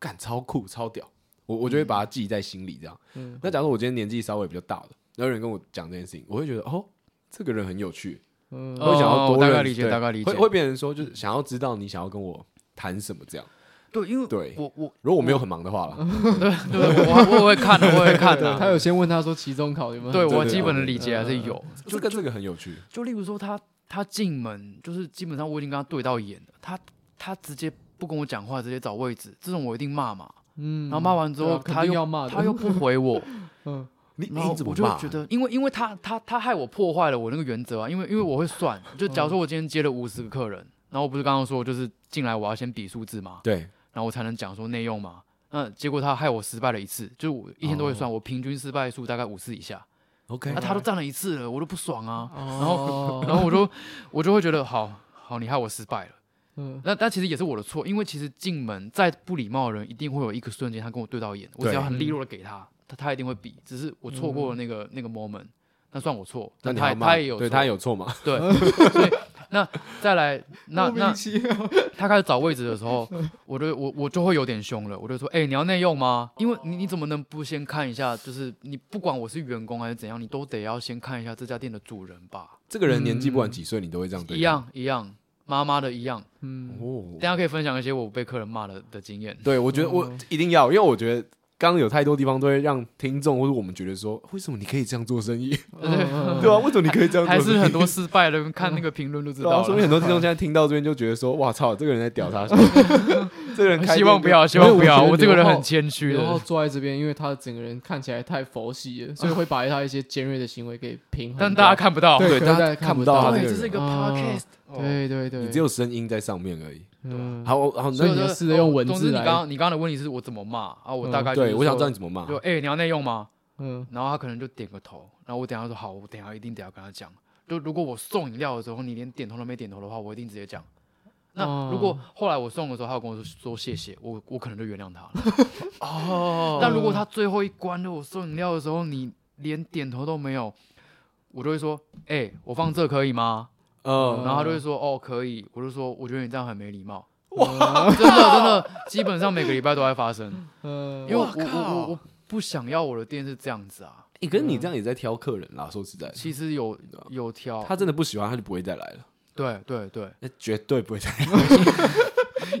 干超酷超屌，我我就
嗯
会把它记在心里这样。
嗯
那假如我今天年纪稍微比较大了，然后有人跟我讲这件事情，我会觉得哦，这个人很有趣，
嗯
哦
会想要多
大
认
概
识
理解
对
大概理解
会会变成说就是想要知道你想要跟我谈什么这样。
对，因为
对
我嗯我
如果我没有很忙的话啦，
对我我我会看的，我会 看的、
他有先问他说期中考有没有？
对
对
我
对啊
基本的
对啊
理解还是有。
这个这个很有 趣，
就例如说他他进门，就是基本上我已经跟他对到眼了，他他直接不跟我讲话，直接找位置，这种我一定骂嘛。
嗯，
然后骂完之后，
对啊肯
他
定
又
要骂的
他又不回我，
嗯
你
然后
你怎么
我就
骂啊
觉得，因为因为他他他害我破坏了我那个原则啊，因为因为我会算，就假
嗯
如说我今天接了五十个客人，然后我不是刚刚说就是进来我要先比数字嘛，
对，
然后我才能讲说内用嘛。那结果他害我失败了一次，就是我一天都会
哦
算，我平均失败数大概五次以下，
OK，
那他都占了一次了，我都不爽啊，然后
哦
然后我就我就会觉得好好你害我失败了，
嗯
那但其实也是我的错，因为其实进门再不礼貌的人，一定会有一个瞬间他跟我对到眼，我只
对
嗯
要很利落的给他，他他一定会比，只是我错过了那个、那个 moment，那算我错，
那
但
你
他
要
也
骂
他也有
对
错
他也有错 嘛？
对， 所以那 再来，那
莫
那
名其妙，
他开始找位置的时候，我就我我就会有点凶了，我就说，哎、你要内用吗？因为你你怎么能不先看一下？就是你不管我是员工还是怎样，你都得要先看一下这家店的主人吧，
这个人年纪
嗯
不管几岁，你都会这样对他
一样一样，妈妈的一样。
嗯，
哦
等一。下可以分享一些我被客人骂了的经验。
对，我觉得我
嗯
一定要，因为我觉得刚刚有太多地方都会让听众或者我们觉得说，为什么你可以这样做生意？
嗯
对啊，，为什么你可 以这样
还
做生意？
是很多失败的，看那个评论就知
对啊，
道
说明很
了。
多听众现在听到这边就觉得说，哇操，这个人在屌他， 这个人开店
希望不要，希望不要，我这个人很谦虚
然后
的。
坐在这边，因为他整个人看起来太佛系了，所以会把他一些尖锐的行为给平衡掉。
但大家看不到，
对，
对
大
大
家
家看
看不
不
到
到
哦
他
对
这个人嘛，
啊对
对，
对对，
你只有声音在上面而已。
嗯，
好，我好，
所以
那
你
你
要
就是哦
试着用文
总
字
之你
来
刚刚你刚刚的问题是我怎么骂啊？我大概就是
对我想知道
说
你怎么骂呃
就。哎、你要内用吗？
嗯
然后他可能就点个头，然后我等一下说好，我等一下一定得要跟他讲。就如果我送饮料的时候，你连点头都没点头的话，我一定直 接讲。
嗯
那如果后来我送的时候，他有跟我说说谢谢，我我可能就原谅他了。哦，但如果他最后一关了，我送饮料的时候，你连点头都没有，我就会说，哎、我放这可以吗？
嗯，
然后他就会说，哦，可以。我就说，我觉得你这样很没礼貌。哇，真的真的，基本上每个礼拜都在发生， 因
嗯
为我
哇
我
靠
我我不想要我的店是这样子啊。
欸可是你这样也在挑客人啦，说实在的，
其实有
啊
有挑，
他真的不喜欢，他就不会再来了，
对对对，
那绝对不会再来，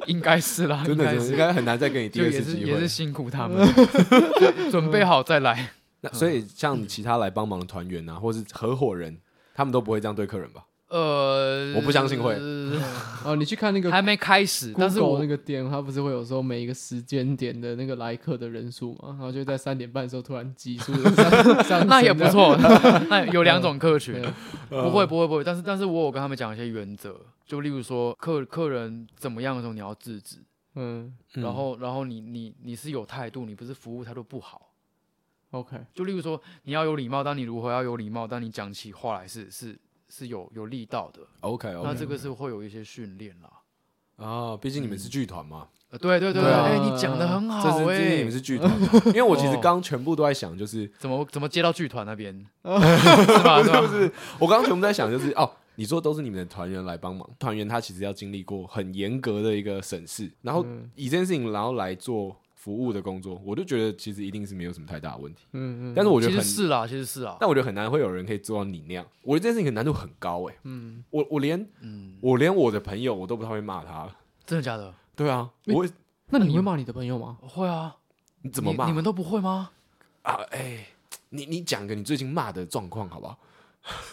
应该是啦，
真的真
应该
的应
是，
该很难再给你第
就
二
也
次
是
机
也是
会。
辛苦他 们，就准备好再来。
那所以像其他来帮忙的团员啊，或是合伙人，他们都不会这样对客人吧？
呃，
我不相信会
哦，你去看那个
还没开始，但是
Google
我
那个店，它不是会有时候每一个时间点的那个来客的人数嘛，然后就在三点半的时候突然挤出上上
那也
升
不
的
错，那有两种客群
对，
嗯
不会不会不会，但是但是我有跟他们讲一些原则，就例如说客客人怎么样的时候你要制止，
嗯
嗯
然后然后你你你是有态度，你不是服务态度不好。
，OK，
就例如说，你要有礼貌，当你如何要有礼貌，当你讲起话来是是是有有力道的，
OK
那
OK
这个是会有一些训练啦。
啊，毕竟你们是剧团嘛，
呃，对对对
对
对，
啊
哎、你讲的很
这
好
是
哎、
毕竟你们是剧团嘛，因为我其实刚全部都在想，就是
怎么怎么接到剧团 那边是吧？是吧？是
我刚刚全部在想，就是哦，你说都是你们的团员来帮忙，团员他其实要经历过很严格的一个审视，然后
嗯
以这件事情然后来做服务的工作，我就觉得其实一定是没有什么太大的问题，
嗯嗯，
但是我觉
其
得
实
很。
是啦，其实是啦。
但我觉得很难会有人可以做到你那样。我觉得这件事情难度很高哎、
嗯，
我我连
嗯，
我连我的朋友我都不太会骂他了。
真的假的？
对啊，我会
那你会骂你的朋友吗？
会啊。
你怎么
你
骂
你们都不会吗？
啊？哎，你你讲个你最近骂的状况好不好？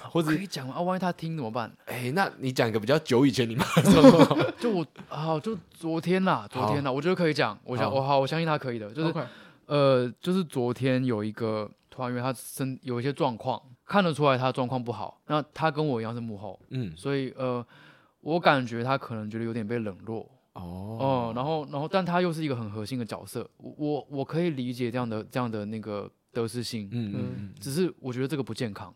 或者
可以讲吗啊，万一他听怎 么办？
哎，那你讲一个比较久以前你骂的
就我啊，就昨天啦，昨天啦，我觉得可以讲。我想
好
我好，我相信他可以的。就是
OK，
呃，就是昨天有一个团员，他身有一些状况，看得出来他状况不好。那他跟我一样是幕后，
嗯
所以呃，我感觉他可能觉得有点被冷落，哦、
哦
然后然后，但他又是一个很核心的角色，我我我可以理解这样的这样的那个得失心，
嗯嗯
嗯
嗯，
只是我觉得这个不健康，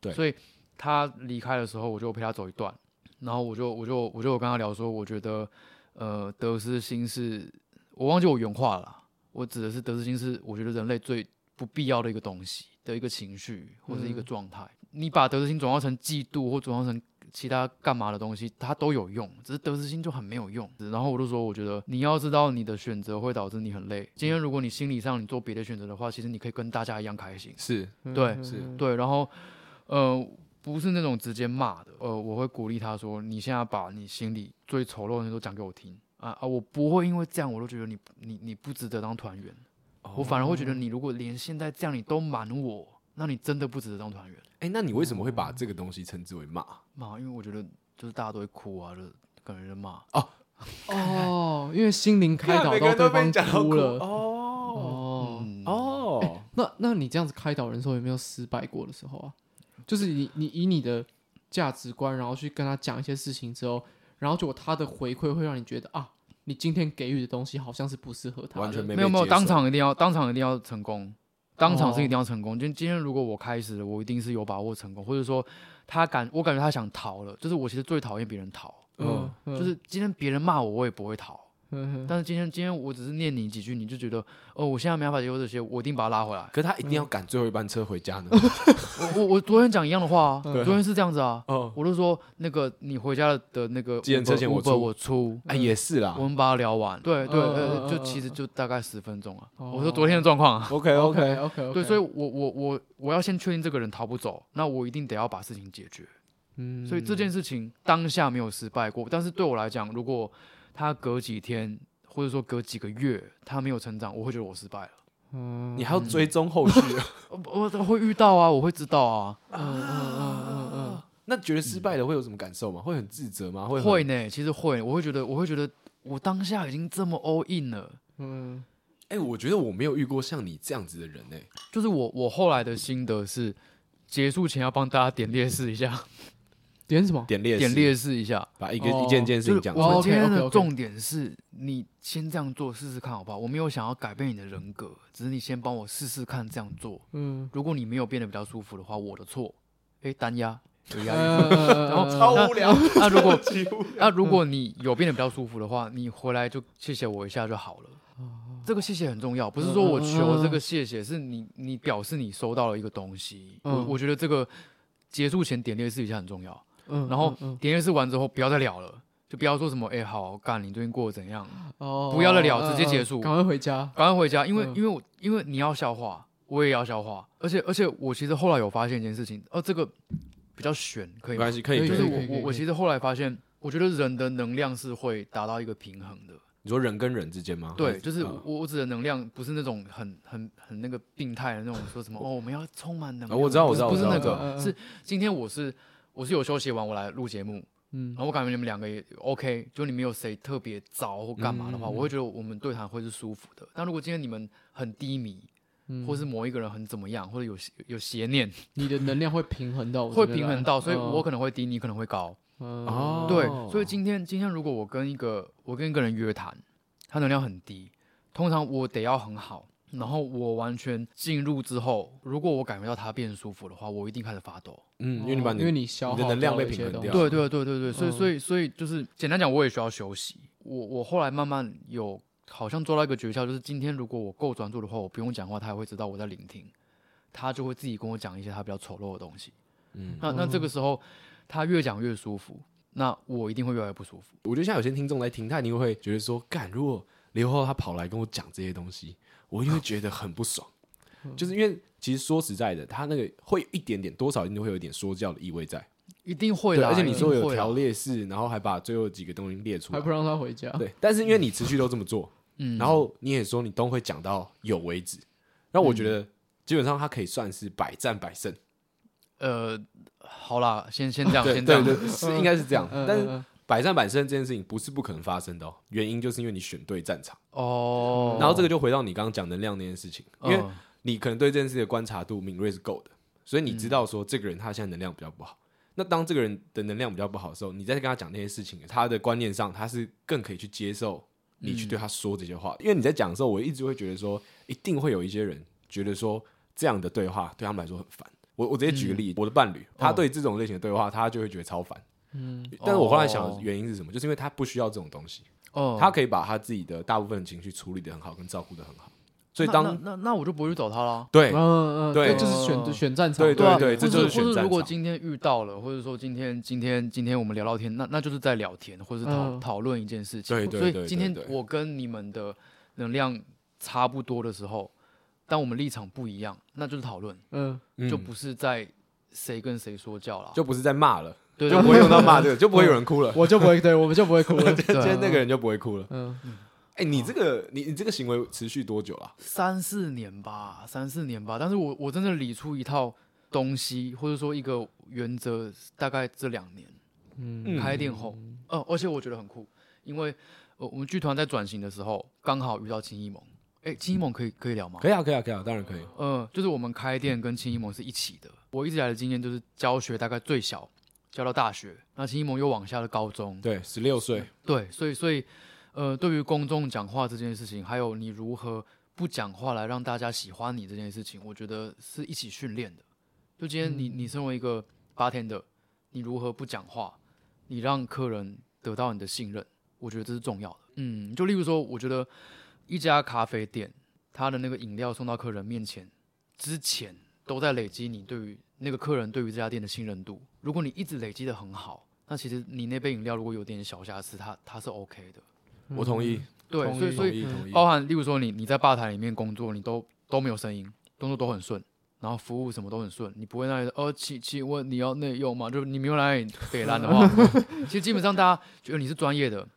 对
所以他离开的时候，我就陪他走一段，然后我就我就我就有跟他聊说，我觉得呃得失心是，我忘记我原话了啦，我指的是得失心是我觉得人类最不必要的一个东西的一个情绪或者一个
嗯
状态，你把得失心转化成嫉妒或转化成其他干嘛的东西，它都有用，只是得失心就很没有用。然后我就说，我觉得你要知道你的选择会导致你很累。今天如果你心理上你做别的选择的话，其实你可以跟大家一样开心。
是
对
嗯
是
嗯
对，然后呃，不是那种直接骂的，呃，我会鼓励他说，你现在把你心里最丑陋的东西都讲给我听啊啊！我不会因为这样我都觉得你你你不值得当团员，
哦
我反而会觉得你如果连现在这样你都瞒我，那你真的不值得当团员。
哎，那你为什么会把这个东西称之为骂？
骂，因为我觉得就是大家都会哭啊，就感觉就骂。
哦，因为心灵开导到对方哭了
哦
哦。
嗯，
哦，
那那你这样子开导人的时候有没有失败过的时候啊？就是你你以你的价值观，然后去跟他讲一些事情之后，然后结果他的回馈会让你觉得啊，你今天给予的东西好像是不适合他的，
完全没
没有
被
没有，
接
当
受
场一定要当场一定要成功，当场是
哦
一定要成功。就、今天如果我开始了，我一定是有把握成功，或者说他感我感觉他想逃了，就是我其实最讨厌别人逃，
嗯，
就是今天别人骂我，我也不会逃。
嗯哼
但是今天今天我只是念你几句，你就觉得哦，我现在没办法接受这些，我一定把它拉回来。
可他一定要赶最后一班车回 家呢。
我我我昨天讲一样的话啊，
对啊
昨天是这样子啊，
哦，
我就说那个你回家的那个
计程车钱我
Uber-
出
Uber 我出，
哎，也是啦
我。们把它聊完。对对
嗯嗯嗯
呃，就
嗯
其实
嗯
就大概十分钟啊。
哦
我说昨天的状况啊，
OK
，OK
OK，
OK，
对，所以我我我我要先确定这个人逃不走，那我一定得要把事情解决。
嗯
所以这件事情当下没有失败过，但是对我来讲，如果他隔几天或者说隔几个月他没有成长，我会觉得我失败了。呃
嗯
你还要追踪后 续啊。
我我会遇到啊，我会知道啊，
嗯嗯嗯嗯嗯，
那觉得失败了会有什么感受吗？会很自责吗？会很
会呢，其实会，我会觉得，我会觉得我当下已经这么 all in 了，
嗯
哎、我觉得我没有遇过像你这样子的人哎、
就是我我后来的心得是，结束前要帮大家点列示一下，
点什么？
点列
点
式
列示一下，
把一个、
哦
一件件事情
就是
讲出
哦
来
我
，OK，
今天的
OK，OK
重点是你先这样做试试看好不好？我没有想要改变你的人格，只是你先帮我试试看这样做。
嗯，
如果你没有变得比较舒服的话，我的错。诶，单 压有压
嗯
力。
然
超无聊。
呃那如果
几乎
那如果你有变得比较舒服的话，你回来就谢谢我一下就好了。这个谢谢很重要，不是说我求这个谢谢，是你你表示你收到了一个东西。我
嗯
我觉得这个结束前点列式一下很重要。
嗯，
然后
嗯
点列式完之后不要再聊了，就不要说什么诶，好干，你最近过得怎样？
哦，
不要再聊
嗯
直接
嗯
结
嗯
束
赶快回家。
赶快回家，因为、
嗯
因为我因为你要消化，我也要消化，而且而且我其实后来有发现一件事情，哦、这个比较悬，可
没
以吗
关？系，可以
可
可
以
以。
就是
可以可
我
以
我我其实后来发现，我觉得人的能量是会达到一个平衡的，
你说人跟人之间吗？还
对，就是
嗯
我我指的能量不是那种很很很那个病态的那种 说什么哦，我们要充满能
哦
量，
我知道我知道
不是
我
不
知
是
道
那
嗯嗯嗯
个，是今天我是我是有休息完我来录节目，
嗯
然，后我感觉你们两个也 OK，就你们有谁特别糟或干嘛的话，
嗯嗯嗯
我会觉得我们对谈会是舒服的。但如果今天你们很低迷，
嗯
或是某一个人很怎么样，或者有有邪念，
你的能量会平衡到我这
会
边来，
平衡到，所以
嗯
我可能会低，你可能会高。
嗯
哦
对，所以今天今天如果我跟一个我跟一个人约谈，他能量很低，通常我得要很好，然后我完全进入之后，如果我感觉到他变舒服的话，我一定开始发抖。
嗯，因为你把
哦
你
因为你消
你
耗
的能量
掉了
被
一些
平衡
东
掉
西
对对对对对，所以
嗯
所以所以就是简单讲，我也需要休息。我我后来慢慢有好像做到一个诀窍，就是今天如果我够专注的话，我不用讲话，他也会知道我在聆听，他就会自己跟我讲一些他比较丑陋的东西。
嗯，
那那这个时候他越讲越舒服，那我一定会越来越不舒服。
我觉得像有些听众来听，他一定会觉得说，干，如果刘浩他跑来跟我讲这些东西，我一定会觉得很不爽。
嗯
就是因为其实说实在的，他那个会有一点点，多少一定会有一点说教的意味在。
一定会
对，
的，
而且
一
你
定
说有
会啦
条，列式，然后还把最后几个东西列出
还
来
不。让他回家。
对，但是因为你持续都这么做，
嗯，
然后你也说你都会讲到有为止，那我
嗯
觉得基本上他可以算是百战百胜，
呃，好啦，先先这 样，
对
先这
对
样，
对，是应该是这样。
哦嗯，
但是
嗯
百战百胜这件事情不是不可能发生的、哦，原因就是因为你选对战场。
哦，
然后这个就回到你刚刚讲能量那件事情，
哦
因为
嗯
你可能对这件事的观察度敏锐是够的，所以你
嗯
知道说这个人他现在能量比较不好。那当这个人的能量比较不好的时候，你再跟他讲那些事情，他的观念上他是更可以去接受你去对他说这些话。
嗯
因为你在讲的时候，我一直会觉得说，一定会有一些人觉得说这样的对话对他们来说很烦。我我直接举
嗯
个例，我的伴
哦
侣，他对这种类型的对话，他就会觉得超烦。嗯，但是我后来想的原因是什么？就是因为他不需要这种东西。
哦，
他可以把他自己的大部分的情绪处理的很好，跟照顾的很好。所以当
那那那那我就不会去找他啦。
对
嗯嗯，
哎对
这就是选
嗯
选战场，
对
啊
对这
或
就是
是
选
或是
战
如果
场
今天遇到了，或者说今天今天今天我们聊聊天，那那就是在聊天，或是讨
嗯
讨论一件事情。
对对
所
对
以今天
对对
我跟你们的能量差不多的时候，但我们立场不一样，那就是讨论，
嗯，
嗯
就不是在谁跟谁说教啦。
就不是在骂了，
对
就
对
不会用到骂这个，就不会有人哭了。
我就不会，嗯对我啊们就不会哭了。
今
对
天那个人 就不会哭了。
嗯，
哎，你这个你你这个行为持续多久啊了？
三四年吧，三四年吧。但是我我真的理出一套东西，或者说一个原则，大概这两年。
嗯
开店后，呃，而且我觉得很酷，因为呃我们剧团在转型的时候，刚好遇到青艺盟。哎，青艺盟可以可以聊吗？
可以啊，可以啊，可以啊，当然可以。
呃，就是我们开店跟青艺盟是一起的。我一直以来的经验就是教学大概最小教到大学，那青艺盟又往下的高中。
对，十六岁，
对，所以所以呃，对于公众讲话这件事情，还有你如何不讲话来让大家喜欢你这件事情，我觉得是一起训练的。就今天你你身为一个八天的，你如何不讲话，你让客人得到你的信任，我觉得这是重要的。嗯，就例如说，我觉得一家咖啡店，它的那个饮料送到客人面前之前，都在累积你对于那个客人对于这家店的信任度。如果你一直累积的很好，那其实你那杯饮料如果有点小瑕疵，它它是 OK 的。
我同意，
对，
同
所以
意
所
同
以哦
意，同意。
包含例如说你你在吧台里面工作，你都都没有声音，动作都很顺。然后服务什么都很顺，你不会那里呃，请请问你要内用吗？就是你没有那里北烂的话，其实基本上大家觉得你是专业的，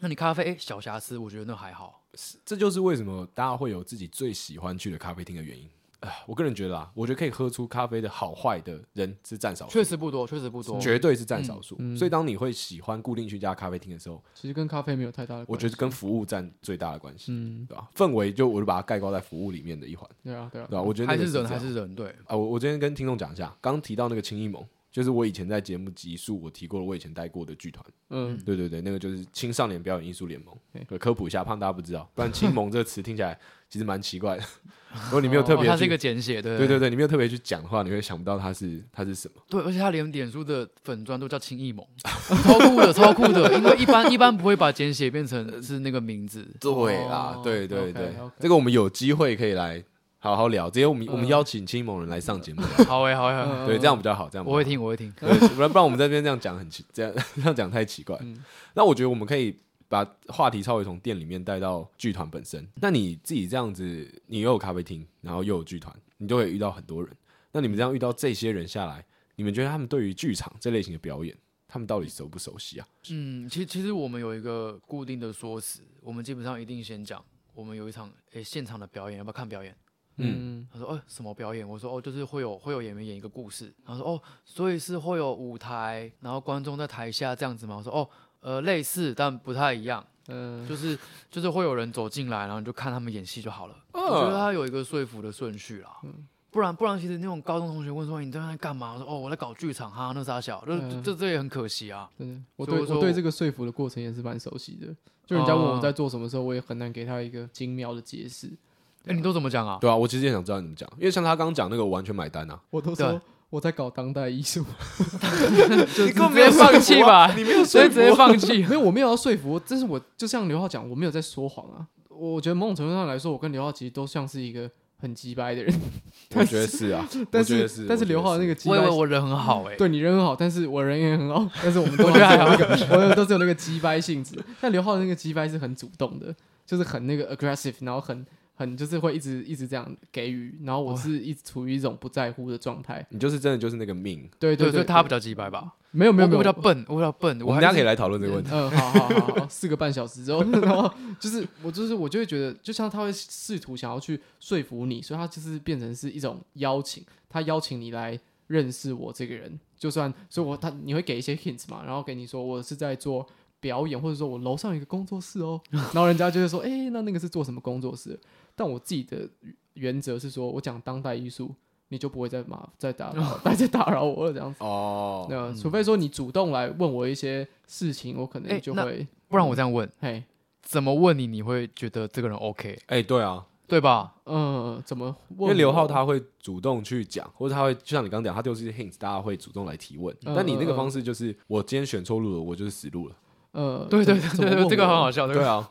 那你咖啡诶小瑕疵，我觉得那还好。
这就是为什么大家会有自己最喜欢去的咖啡厅的原因。啊，我个人觉得啊，我觉得可以喝出咖啡的好坏的人是占少数，
确实不多，确实不多。
绝对是占少数。
嗯嗯
所以当你会喜欢固定去一家咖啡厅的时候，
其实跟咖啡没有太大的关系。
我觉得跟服务占最大的关系，
嗯，
对吧？氛围就我就把它盖高在服务里面的一环，
对啊，对啊
对，吧？我觉得
还
那个
是人
这
还
样
是人，对，
啊，我我今天跟听众讲一下，刚提到那个青艺盟，就是我以前在节目集数我提过了，我以前待过的剧团，
嗯，
对对对，那个就是青少年表演艺术联盟
对，
对，科普一下，怕大家不知道，不然“青盟”这个词听起来其实蛮奇 怪的。如果你没有特
哦
别
它是
去
一个简写，对
对对对，你没有特别去讲的话，你会想不到它是它是什么。
对，而且他连脸书的粉砖都叫轻易萌，超酷的，超酷的。因为一般一般不会把简写变成是那个名字。
对啦
哦，
对对对
OK，OK，
这个我们有机会可以来好好聊，直接我们我们
嗯
邀请青盟人来上节目聊，
好诶，好诶，好诶
嗯
对，这样比较好，这样比较
我会
好
听，我会听。
对， 不然不然我们在这边这样讲很奇，这样这样讲太奇怪。那我觉得我们可以把话题稍微从店里面带到剧团本身。那你自己这样子，你又有咖啡厅，然后又有剧团，你都可以遇到很多人。那你们这样遇到这些人下来，你们觉得他们对于剧场这类型的表演，他们到底熟不熟悉啊？
嗯，其实其实我们有一个固定的说辞，我们基本上一定先讲，我们有一场诶现场的表演，要不要看表演？
嗯，
他说：“哦，什么表演？”我说：“哦，就是会有会有演员演一个故事。”然后说：“哦，所以是会有舞台，然后观众在台下这样子吗？”我说：“哦，呃，类似，但不太一样，
嗯，
就是就是会有人走进来，然后你就看他们演戏就好了。
哦
我觉
嗯
得他有一个说服的顺序啦，不然不然，其实那种高中同学问说你在那干嘛？我说：哦，我在搞剧场哈，那傻小，这
嗯
这这也很可惜啊。
真的，我
所以
对
我说
我对
我
这个说服的过程也是蛮熟悉的。就人家问我
哦
在做什么时候，我也很难给他一个精妙的解释。
哎，你都怎么讲啊？
对啊，我其实也想知道你怎么讲，因为像他刚刚讲那个，我完全买单啊。
我都
对
说我在搞当代艺 术，
你根本没有
啊
放 弃吧？你没有
说
直接
服啊
放弃。
没有，我没有要说服，这是我就像刘浩讲，我没有在说谎啊。我觉得某种程度上来说，我跟刘浩其实都像是一个很鸡掰的人，
我觉得是啊，
但
我觉得
但是刘浩那个
个
鸡
我以为
掰。
我人很好哎、
嗯对你人很好，但是我人也很 好，但是我们都
我觉得还好
有那个，我们都是有那个鸡掰性质。但刘浩的那个鸡掰是很主动的，就是很那个 aggressive，然后很很就是会一直一直这样给予，然后我是一直处于一种不在乎的状态。
你就是真的就是那个命。
对
对
对，
他比较鸡掰吧？
没有没有没有
我比较笨，我比较笨。
我
还
们大家可以来讨论这个问题。
嗯，好好好好，四个半小时之后， 然后就是我就是我就会觉得，就像他会试图想要去说服你，所以他就是变成是一种邀请，他邀请你来认识我这个人，就算所以我他你会给一些 hints 嘛，然后给你说我是在做。表演，或者说我楼上有一个工作室哦，然后人家就会说，哎、那那个是做什么工作室？但我自己的原则是说，我讲当代艺术，你就不会再麻再打扰，再再打扰 我了这样子。
哦，
那啊
嗯
除非说你主动来问我一些事情，我可
哎
能就会，
不然我这样问，
嘿，
怎么问你你会觉得这个人 OK
哎，对啊，
对吧？
嗯，怎么问我？
因为刘浩他会主动去讲，或者他会就像你刚刚讲，他丢出一些 hints，大家会主动来提问。
嗯
那你那个方式就是，我今天选错路了，我就是死路了。
呃，
对对
怎么
对对，这个很好。
哦
笑，对
对
吧？
啊，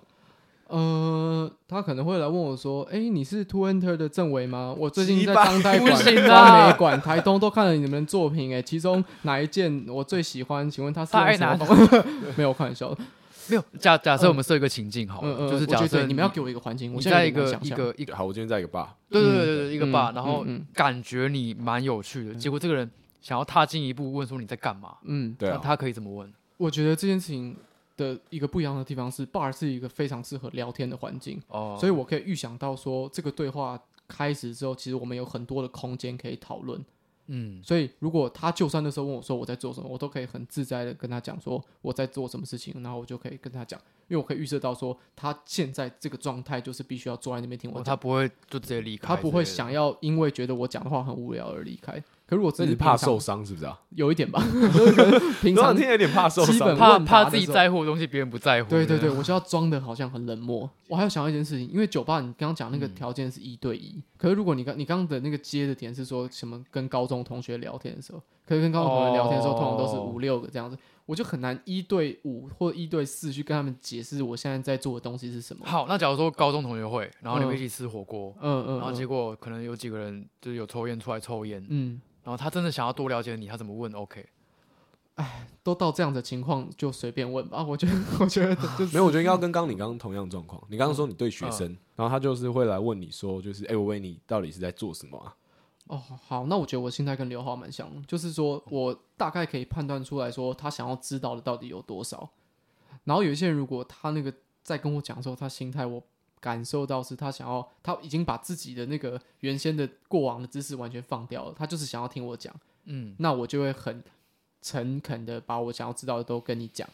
呃，他可能会来问我说：“哎，你是 Two Enter 的政委吗？我最近
鸡
在
巴
当代馆、
不行
光
啊
美馆、台东都看了你们的作品，哎，其中哪一件我最喜欢？请问他是用
太
什么
难
方法？ 没有我开玩笑的，
没有假假设我们设一个情境好
嗯
了，
嗯，
就是
我觉
假
得
设
对你们要给我一个环境，
你
我现
在
在
一
有点
个
难
一
想象
个一个，
好，我今天在一个 bar，
对
嗯
对对对对，一个
嗯
吧，
嗯
然后
嗯
感觉你蛮有趣的，结果这个人想要踏进一步问说你在干嘛，
嗯，
对
那
啊，
他可以怎么问？
我觉得这件事情的一个不一样的地方是，bar 是一个非常适合聊天的环境。
哦，
所以我可以预想到说，这个对话开始之后，其实我们有很多的空间可以讨论。
嗯，
所以如果他就算那时候问我说我在做什么，我都可以很自在的跟他讲说我在做什么事情，然后我就可以跟他讲，因为我可以预设到说他现在这个状态就是必须要坐在那边听我
哦
讲，
他不会就直接离开之
他
类的，
不会想要因为觉得我讲的话很无聊而离开。可如果
这
只
你
是
是怕
平常
受，伤是不是啊？
有一点吧，就是可能平
对啊
常
你今天有点怕受
基
伤
本。
怕
问答
怕
的
自己
时候
在乎的东西别人不在乎，
对对
嗯
对，我就要装的好像很冷漠。我还有想到一件事情，因为酒吧你刚刚讲那个条件是一对一，可是如果你刚你刚刚的那个接的点是说什么跟高中同学聊天的时候，可是跟高中同学聊天的时候，
哦
通常都是五六个这样子，我就很难一对五或一对四去跟他们解释我现在在做的东西是什么。
好，那假如说高中同学会，然后你们
嗯
一起吃火锅，
嗯嗯，
然后
嗯
结果可能有几个人就是有抽烟出来抽烟，
嗯，
然后他真的想要多了解你，他怎么问？OK，
都到这样的情况就随便问吧。啊我觉得， 我觉得就是嗯
没有，我觉得应该要跟刚你刚刚同样的状况。你刚刚说你对学生，然后他就是会来问你说，就是哎、我问你到底是在做什么啊？
哦，好，那我觉得我心态跟刘浩蛮像的，就是说
嗯
我大概可以判断出来说他想要知道的到底有多少。然后有一些人，如果他那个在跟我讲的时候，他心态我感受到是他想要，他已经把自己的那个原先的过往的知识完全放掉了，他就是想要听我讲。
嗯，
那我就会很诚恳的把我想要知道的都跟你讲。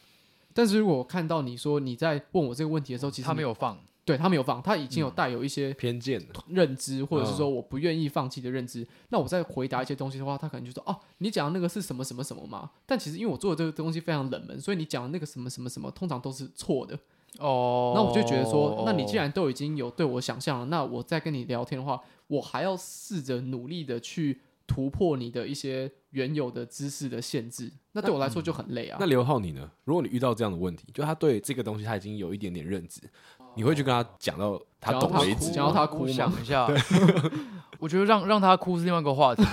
但是如果我看到你说你在问我这个问题的时候，其实
他
你
没有嗯放，
对他没有放，他已经有带有一些
偏见的，
认知，或者是
嗯
说我不愿意放弃的认知。那我在回答一些东西的话，他可能就说：“哦，你讲的那个是什么什么什么嘛？”但其实因为我做的这个东西非常冷门，所以你讲的那个什么什么什么，通常都是错的。
哦，
那我就觉得说，那你既然都已经有对我想象了，那我再跟你聊天的话，我还要试着努力的去突破你的一些原有的知识的限制。那对我来说就很累啊。
那刘浩你呢？如果你遇到这样的问题，就他对这个东西他已经有一点点认知，你会去跟他讲到他
讲到
懂
他
为
哭
止
讲到
吗。
他哭
我
嘛
想一下， 我觉得让让他哭是另外一个话题，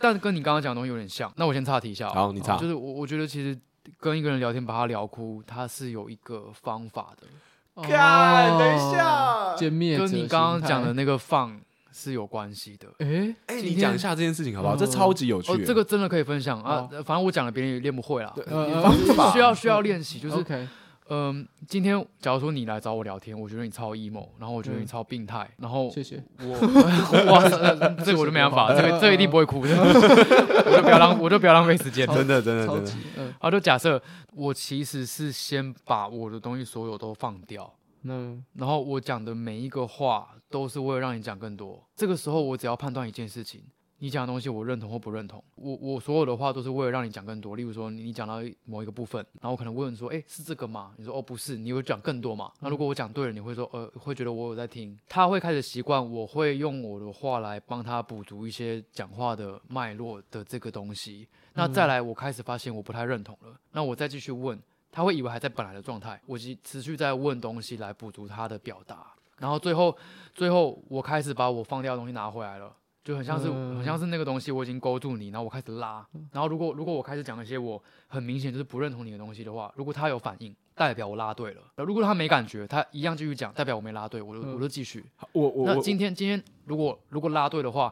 但跟你刚刚讲的东西有点像。那我先岔题一下哦，
好你岔
就是我我觉得其实跟一个人聊天把他聊哭，他是有一个方法的，
干
哦
等一下
歼灭者
跟你刚刚讲的
心
那个放是有关系的。
态，诶，
哎、
今
你
天
讲一下这件事情好不好？
嗯
这超级有趣、
哦，这个真的可以分享啊
哦！
呃反正我讲了，别人也练不会啦。
对
呃
你
呃
方法
需要需要练习，就是
OK，
嗯，今天假如说你来找我聊天，我觉得你超 emo，然后我觉得你
嗯
超病态，然后
谢谢。
我 哇，呃这个我就没办法，这个这个一定不会哭的，我就不要浪，我就不要浪费时间了。
真的真的
超
真的
级，嗯，
好，就假设我其实是先把我的东西所有都放掉，
那
然后我讲的每一个话都是为了让你讲更多。这个时候，我只要判断一件事情，你讲的东西我认同或不认同。我我所有的话都是为了让你讲更多。例如说，你你讲到某一个部分，然后我可能问说，哎，是这个吗？你说哦不是，你有讲更多嘛？那如果我讲对了，你会说呃会觉得我有在听，他会开始习惯，我会用我的话来帮他补足一些讲话的脉络的这个东西。那再
嗯
来，我开始发现我不太认同了，那我再继续问，他会以为还在本来的状态，我持持续在问东西来补足他的表达，然后最后最后我开始把我放掉的东西拿回来了。就很像是、
嗯
很像是那个东西，我已经勾住你，然后我开始拉，然后如果如果我开始讲一些我很明显就是不认同你的东西的话，如果他有反应，代表我拉对了；如果他没感觉，他一样继续讲，代表我没拉对，我就、
嗯
我就继续。
我我
那
我
今天今天如果如果拉对的话，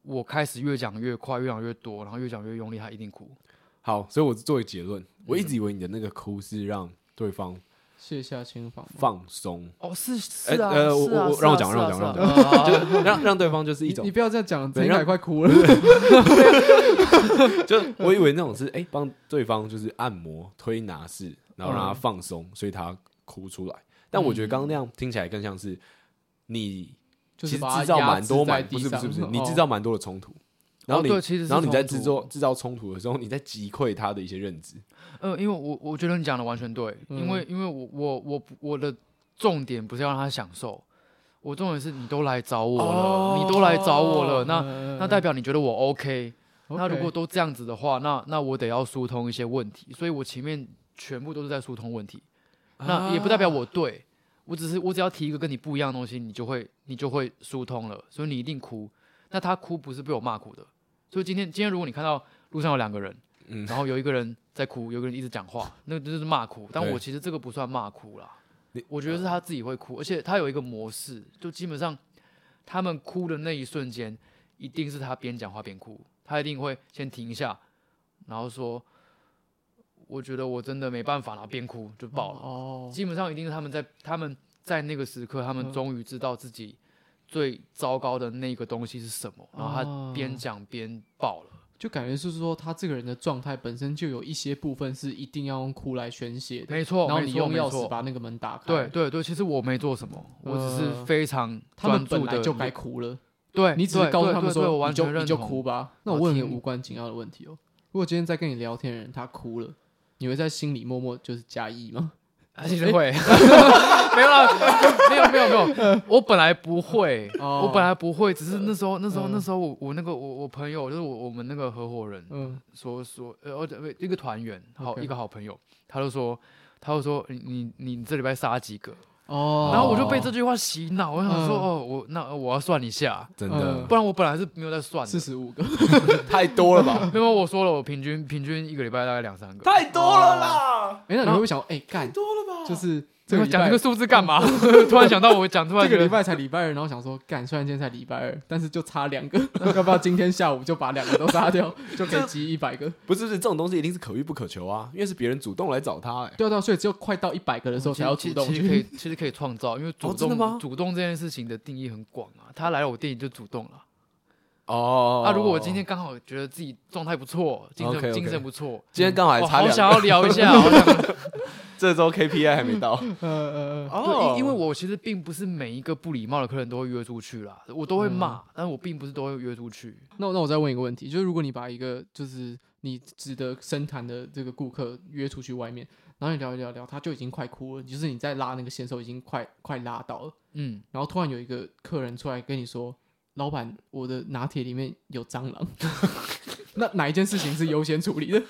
我开始越讲越快，越讲越多，然后越讲越用力，他一定哭。
好，所以我作为结论，我一直以为你的那个哭是让对方
卸下心防。
放松，
哦，是是
哎
啊，
呃
是啊
我我
是啊
让我讲
是啊
让我讲
是啊啊啊
就让让对方就是一
你
种
你不要这样讲，陈
对
凯
让
快 哭了。
就是我以为那种是哎帮、对方就是按摩推拿式，然后让他
嗯
放松，所以他哭出来。但我觉得刚刚那样听起来更像是你
就
其
是
实
把它
制造
压
蛮
制
多
在
蛮不
地
是不
上
是不是
哦，
你制造蛮多的冲突。然后你、
哦对其实是
然后你在
冲突
制作制造冲突的时候，你在击溃他的一些认知。
呃，因为我我觉得你讲的完全对，
嗯
因为因为我我我我的重点不是要让他享受，我重点是你都来找我了，你都来找我了，那、那代表你觉得我哦 OK，那如果都这样子的话，那那我得要疏通一些问题，所以我前面全部都是在疏通问题，那也不
啊
代表我对，我只是我只要提一个跟你不一样的东西，你就会你就会疏通了，所以你一定哭。那他哭不是被我骂哭的，所以今天今天如果你看到路上有两个人，
嗯
然后有一个人在哭，有一个人一直讲话，那就是骂哭。但
对
我其实这个不算骂哭啦
你，
我觉得是他自己会哭，而且他有一个模式，就基本上他们哭的那一瞬间，一定是他边讲话边哭，他一定会先停一下，然后说：“我觉得我真的没办法了。”边哭就爆了。
哦，
基本上一定是他们在他们在那个时刻，他们
嗯
终于知道自己最糟糕的那个东西是什么，然后
哦
他边讲边爆了。
就感觉是说他这个人的状态本身就有一些部分是一定要用哭来宣泄的，
没错，
然后
哦没
你
错
用
没
钥
错
匙把那个门打开。
对，对对，其实我没做什么，我只是
呃
非常
他
专
们
注
本来
的。
就该哭了，
对，
你只是
对
告诉
对
他们
对对我
说
完
你就
全认
你就
同
哭吧。那
然
我
后
问你个
听
无关紧要的问题哦，如果今天在跟你聊天的人他哭了，你会在心里默默就是加一吗？
啊其实会， 没有啦， 没有没有没有，我本来不会，
哦
我本来不会，只是那时候那时候
嗯
那时候我我那个我我朋友就是我我们那个合伙人
嗯，
说说呃哦对一个团员好
OK
一个好朋友，他就说他就说你你你这礼拜杀几个，
哦，
然后我就被这句话洗脑，我想说
嗯
哦我那我要算一下，
真的
嗯
不然我本来是没有在算
四
的，
十五个，
太多了吧？
因为我说了我平均平均一个礼拜大概两三个，
太多了啦！
哎，那你会不会想，哎，干
多了吧？
就是这
这
个
个
礼
讲
拜哦
这个数字干嘛？ 突然想到我讲出来
这个礼
觉得
拜才礼拜二，然后想说，干，虽然今天才礼拜二，但是就差两个， 要不要今天下午就把两个都杀 掉，就可以集一百个？
不是不是，这种东西一定是可遇不可求啊，因为是别人主动来找他、哎，
对啊对啊，所以只有快到一百个的时候才要
其
主
实
动
其
去哦
实可以，其实可以创造，因为主
真
动、
的吗
主动这件事情的定义很广啊。他来了我店里就主动了。
哦
啊，如果我今天刚好觉得自己状态不错，精神
OK，OK
精神不错，
今天刚好还
我
差
哦
两个，
好想要聊一下， 好想
这周 KPI 还没 到
呃呃
哦
呃，
对，因因为我其实并不是每一个不礼貌的客人都会约出去啦，我都会骂，但是我并不是都会约出去。
那那我再问一个问题，就是如果你把一个就是你值得深谈的这个顾客约出去外面，然后你聊一聊聊，他就已经快哭了，就是你在拉那个线的时候已经快快拉到了，
嗯，
然后突然有一个客人出来跟你说：“老板，我的拿铁里面有蟑螂。” 那哪一件事情是优先处理的？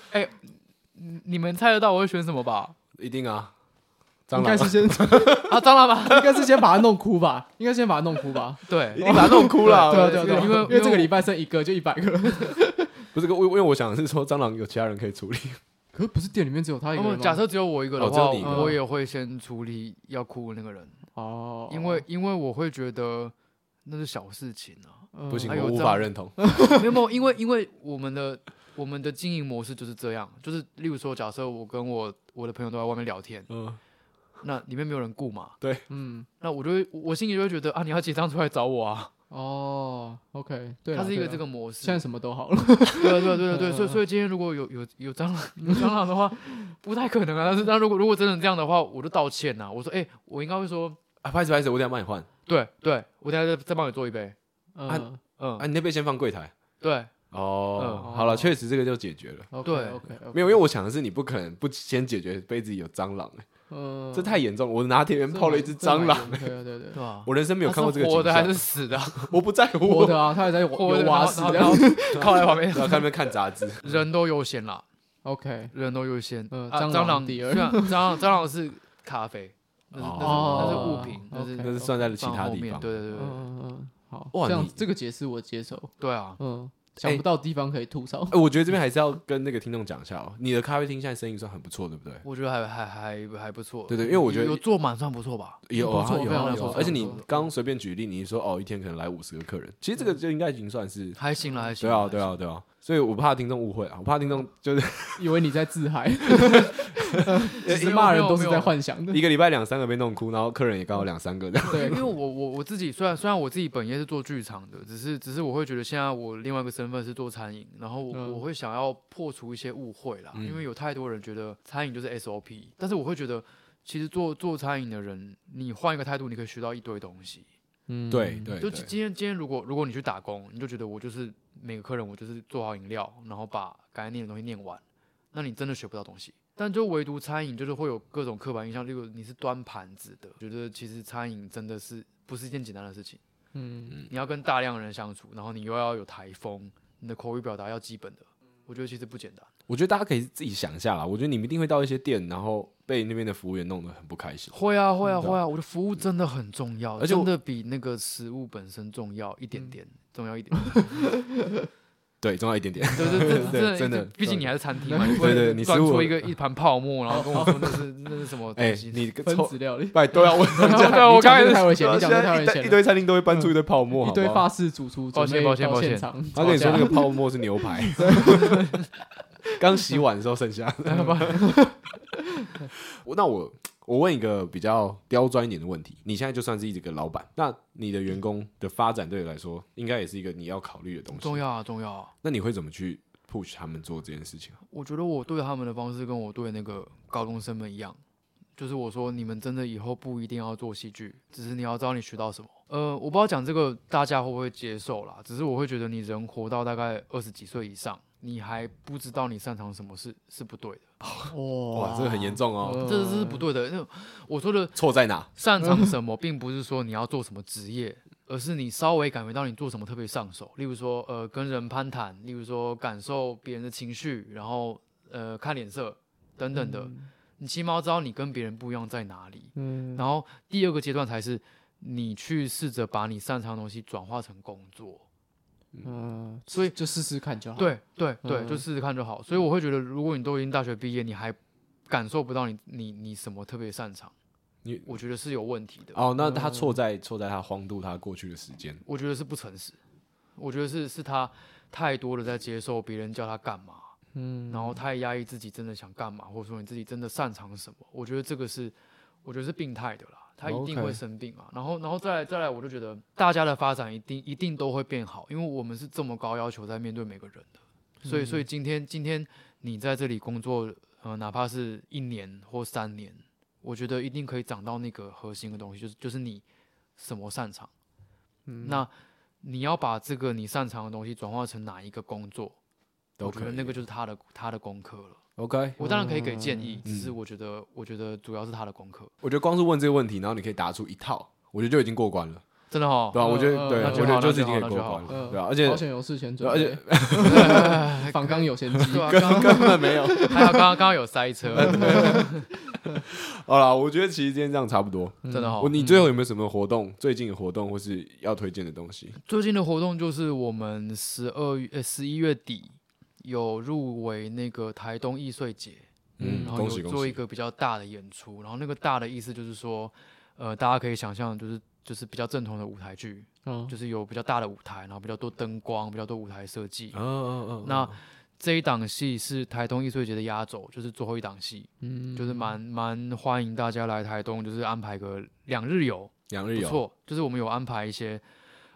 你你们猜得到我会选什么吧？
一定啊， 蟑
应该
螂
是先，应
啊，蟑螂吧？
该是先把它弄哭吧，应该先把它弄哭 吧。
一
对，
定把它弄哭了。
对啊对啊 对啊，
因为
因为这个礼拜剩一个就一百个，
不是，因为因为我想的是说蟑螂有其他人可以处理，
可是不是店里面只有他一
那
个人吗？
么哦假设只有我一个
哦
的
只有
话，
你一
个
我也会先处理要哭的那个人。
哦，
因为因为我会觉得那是小事情 啊，
嗯
不行，
哎呦
我无
蟑
法认同。
没有没有，因为因为我们的我们的经营模式就是这样，就是例如说，假设我跟我我的朋友都在外面聊天，
嗯，
那里面没有人顾嘛，
嗯
那我就会我心里就会觉得啊，你要结账出来找我啊，
哦，OK，对啦，
它是一个
对啦
这个模式
现，在什么都好了，
对啊对啊对啊对
嗯
啊，
嗯
所以所以今天如果有有有蟑螂有蟑螂的话，不太可能啊，但是那如果如果真的这样的话，我就道歉呐、我说哎、我应该会说，
啊，拍死拍死，我等一下帮你换。
对对，我等一下再再帮你做一杯，
嗯
嗯，
啊，你那边先放柜台。
对，
哦，
嗯
好了，确实这个就解决了。
对
，OK，
没有，因为我想的是你不可能不先解决杯子里有蟑螂，哎
嗯，
这太严重了。我拿铁里面泡了一只
这蛮
蟑螂，
这蛮对啊对对
对。吧、
我人生没有看过这个
哦
它是活的
景
还
象
是死的啊、
我不在乎。
活 的啊，他还在有
活的
有瓦斯
然后
这样。
然后然后靠在旁边
然，后啊看那边看杂志，
人都优先啦，
OK，
人都优先。
嗯
啊
蟑螂
蟑螂
第二
虽然蟑螂蟑螂是咖啡，那是那是那是
哦
物品，那是
，OK
那是算在其
放
他
后
地
面。
方。
对对
嗯
对对
嗯嗯，好，
哇
这样
你
这个解释我接受。
对啊！
嗯，想不到地方可以吐槽。
哎，我觉得这边还是要跟那个听众讲一下哦，你的咖啡厅现在生意算很不错，对不对？
我觉得还还还还不错。
对对因为我觉得
有有坐满算不错吧。
有
不
啊
错
有
非常不
啊有
错
啊，
非
而且
常
你
不错嗯
刚随便举例，你说哦，一天可能来五十个客人，其实这个就应该已经算是
还行啦，还行
对
啦。
啊对啊对啊，所以我怕听众误会啊，我怕听众就是
以为你在自嗨，其实
还行，呃因为
骂
因
人
为
都是
因为
在幻想的
一。个礼拜两三个被弄哭，然后客人也刚好两三个这样。
对
因为我我我自己虽然虽然我自己本业是做剧场的，只是只是我会觉得现在我另外一个身份是做餐饮，然后我、
嗯
我会想要破除一些误会啦，
嗯
因为有太多人觉得餐饮就是 SOP，但是我会觉得其实做做餐饮的人，你换一个态度，你可以学到一堆东西。
嗯
对，对
就
对，
今天今天如果如果你去打工，你就觉得我就是每个客人我就是做好饮料，然后把该念的东西念完，那你真的学不到东西。但就唯独餐饮，就是会有各种刻板印象，例如你是端盘子的，觉得其实餐饮真的是不是一件简单的事情。
嗯，
你要跟大量人相处，然后你又要有台风，你的口语表达要基本的，我觉得其实不简单。
我觉得大家可以自己想一下啦。我觉得你们一定会到一些店，然后被那边的服务员弄得很不开心。
会啊，会啊，
对啊
会啊！我的服务真的很重要，
而且我
真的比那个食物本身重要一点点，重要一点。
对，重要一点点。
对对对，
对
真
真的
的，毕竟你还是餐厅嘛，你不
对对
会
你
端
食物
出一个一盘泡沫，然后跟我说那是那是什么
哎
东，西？
你
分
抽
子料 理。
拜都要问 人家。
对啊我
你讲
刚才
这个
是
太危险，你讲这个太
现
危
在
险
一堆一
了。嗯
堆餐厅都会搬出一堆泡沫，
一堆
好不好
法式主厨准
抱歉
备
抱歉
到
抱歉
现场，
他跟你说那个泡沫是牛 排，刚洗碗的时候剩下 的。 我那我我问一个比较刁钻一点的问题，你现在就算是一个老板，那你的员工的发展对你来说，应该也是一个你要考虑的东
重
西。
要啊，重要啊！
那你会怎么去 push 他们做这件事情啊？
我觉得我对他们的方式跟我对那个高中生们一样，就是我说你们真的以后不一定要做戏剧，只是你要知道你学到什么。呃，我不知道讲这个大家会不会接受啦，只是我会觉得你人活到大概二十几岁以上，你还不知道你擅长什么是是不对的，
哇呃
哇，这个很严重哦，
这这是不对的。那我说的
错在哪？
擅长什么，并不是说你要做什么职业，而是你稍微感觉到你做什么特别上手。例如说，呃，跟人攀谈，例如说感受别人的情绪，然后呃看脸色等等的，你起码知道你跟别人不一样在哪里。
嗯，
然后第二个阶段才是你去试着把你擅长的东西转化成工作。
嗯，
所以
就试试看就好。，
对对对，
嗯
就试试看就好。所以我会觉得，如果你都已经大学毕业，你还感受不到你你你什么特别擅长，
你
我觉得是有问题的。
哦，
嗯
那他错在错在他荒度他过去的时间，
我觉得是不诚实，我觉得是是他太多的在接受别人叫他干嘛，
嗯，
然后太压抑自己真的想干嘛，或者说你自己真的擅长什么，我觉得这个是我觉得是病态的啦，他一定
OK
会生病啊。然后然后再来再来，我就觉得大家的发展一定一定都会变好，因为我们是这么高要求在面对每个人的，所以所以今天今天你在这里工作，呃，哪怕是一年或三年，我觉得一定可以长到那个核心的东西，就是就是你什么擅长。
嗯
那你要把这个你擅长的东西转化成哪一个工作，
都
我觉
可
得
以。
那个就是他的他的功课了。
OK，
我当然可以给建议，
嗯
只是我觉得我觉得主要是他的功课，
我觉得光是问这个问题，然后你可以答出一套，我觉得就已经过关了，
真的哦
对。吧？啊我觉得
嗯
对，
那
我
就好
觉得就是已
那就
经
好
可以
那
过
就好
关了，
嗯
对吧？而
保
且
险有事前准
而且
备， 仿钢有先机。
对啊，刚刚
根本没有。嗯
还有刚刚刚刚有塞车，
好啦，我觉得其实今天这样差不多。
真的哦
嗯我。你最后有没有什么活动？最近的活动或是要推荐的东西？
最近的活动就是我们十二月呃十一月底有入围那个台东艺穗节，
嗯，
然后
恭喜
有
恭
做一
喜！
个比较大的演出，然后那个大的意思就是说，呃，大家可以想象就是就是比较正统的舞台剧，
嗯，
就是有比较大的舞台，然后比较多灯光，比较多舞台设计，
嗯嗯嗯，
那这一档戏是台东艺术节的压轴，就是最后一档戏，
嗯
就是蛮蛮欢迎大家来台东，就是安排个两日游，
两
不
日游，
错。就是我们有安排一些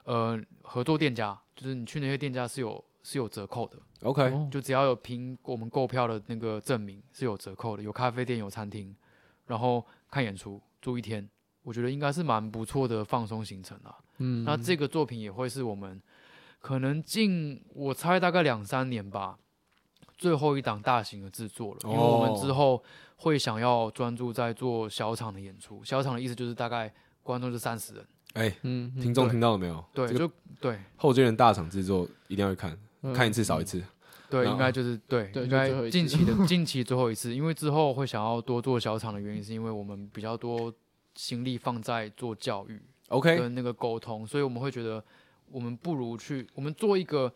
呃合作店家，就是你去那些店家是有是有折扣的，
OK，
哦
就只要有凭我们购票的那个证明是有折扣的，有咖啡店有餐厅，然后看演出住一天，我觉得应该是蛮不错的放松行程啊。
嗯，
那这个作品也会是我们可能近我猜大概两三年吧，最后一档大型的制作了，因为我们之
哦
后会想要专注在做小场的演出。小场的意思就是大概观众是三十人，
哎，
嗯
听众听到了没有？
对，
这个
就对
后街人大厂制作一定要去看，
嗯
嗯
看一次少一次。
对，
那
应该就是对，
对
应
就最后
该
一
近
次
期的近期最后一次，因为之后会想要多做小场的原因，是因为我们比较多心力放在做教育，
OK，
跟那个沟通，所以我们会觉得我们不如去我们做一个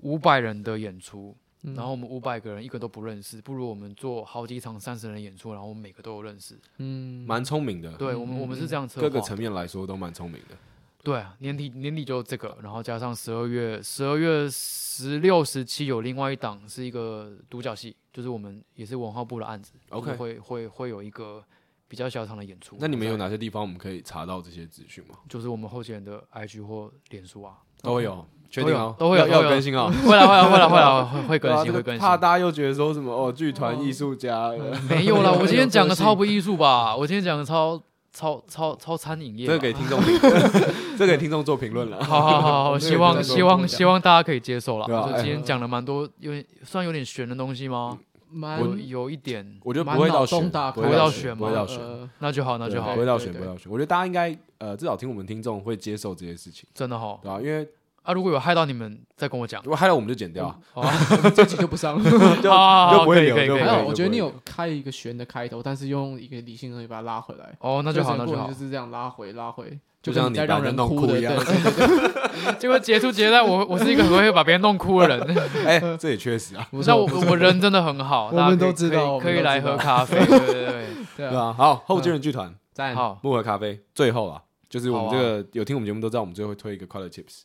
五百人的演出，
嗯
然后我们五百个人一个都不认识，不如我们做好几场三十人的演出，然后我们每个都有认识。
嗯
蛮聪明的，
对我们，我们是这样策划
各
的。
个层面来说都蛮聪明的。
对啊，年底年底就这个，然后加上十二月十二月十六、十七有另外一档是一个独角戏，就是我们也是文化部的案子就是
OK
会会会有一个比较小场的演出。
那你们有
在？
哪些地方我们可以查到这些资讯吗？
就是我们候选人的 IG 或脸书啊，
都会有，确定哦，
都会
要
有都会有
要更新哦。
会啦会啦会啦会啦 会
对
会更
啊
新
这
会
个
更新嗯
怕。大家又觉得说什么哦，剧团艺术家，呃
没有 啦，我今天讲的
个性
超不艺术吧，我今天讲的超超超超餐饮业
这个
吧。
给听众 评论，这个给听众做评论了。
好好好好，
我没有
希
在
望
做
希
多
望
讲
希望大家可以接受啦。
对啊
就
哎
今天讲了蛮多，有点算有点悬的东西吗？
蛮
有有一点，
我觉得不会到
蛮脑洞
选，
大开
不
的
会到
选
不会
嘛
到选，
呃
那就好，那
对
就好
不，会到选，
对
不
对
会到选。我觉得大家应该呃，至少听我们听众会接受这些事情，
真的好
对吧？因为
啊！如果有害到你们，再跟我讲
如。果害了我们就剪掉 啊，
好啊
这 集就不上了。
就
好好
就不会
可以
留
可以
就
可以
不
还
会
有，我觉得你
不
有开一个悬的开头，但是用一个理性的东西把它拉回来。
哦，那就好，
这
那
个
就
过程
好
就。是这样拉回拉回，
就
跟你
像你
在
把
让
人
人
弄哭
的
一样
对对对对
结果结束 结在我我是一个很会把别人弄哭的人。
哎，这也确实啊，
不
那我
错
我人真的很好，
我
大家
们
可以
都知道
可以可
我们都
以
知
来
道
喝 咖啡。对对 对，
对
对
啊，
吧？好，后街人剧团
赞，
好，
木盒咖啡，最后啊，就是我们
好啊
这个有听我们节目都知道，我们最后会推一个快乐 tips。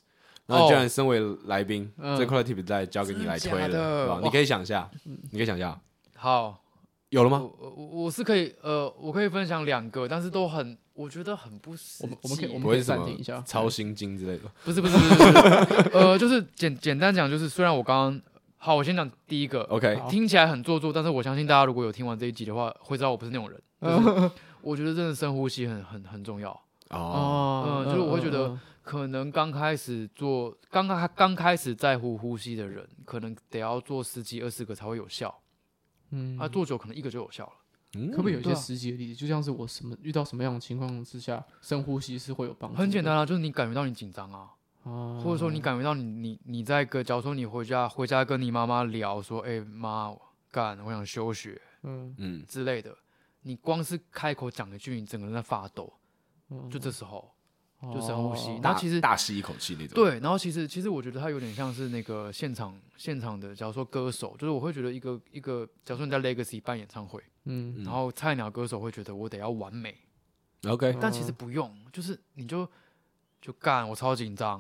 然后
哦
既然身为来宾，
嗯
这快乐 tips 再交给你来推了，
真的假的
对吧？
哇
你可以想一下，你可以想一下，
好。
有了吗？
我我我我是可以，呃，我可以分享两个，但是都很，我觉得很不实际。
我们我们可以我
不
们可
会
以
是什
暂停一
么
啊
下。
超心经之类的吧？
不是不是不是，不是呃，就是简简单讲，就是虽然我刚刚好，我先讲第一个，
OK，
好
听起来很做作，但是我相信大家如果有听完这一集的话，会知道我不是那 种人。就是我觉得真的深呼吸很很很重要。
哦，
哦
嗯就是我会觉得可能刚开始做，刚刚刚开始在乎呼吸的人，可能得要做十几二十个才会有效，
嗯，
啊，做久可能一个就有效了。
嗯
可不可以有一
对
些
啊
实际的例子？就像是我什么遇到什么样的情况之下，深呼吸是会有帮助的，
很简单啊，就是你感觉到你紧张啊，
嗯哦，
或者说你感觉到你你你在跟，假如说你回家回家跟你妈妈聊说，哎、妈，我干，我想休学
嗯，
嗯，
之类的，你光是开口讲一句，你整个人在发抖，
嗯
就这时候。就深呼吸
哦
然
大
后其实
大吸一口气那种，，
对，然后其实其实我觉得它有点像是那个现场现场的，假如说歌手，就是我会觉得一个一个，假如说你在 Legacy 办演唱会，
嗯，
嗯
然后菜鸟歌手会觉得我得要完美，
OK，
但其实不用，就是你就就干，我超紧张，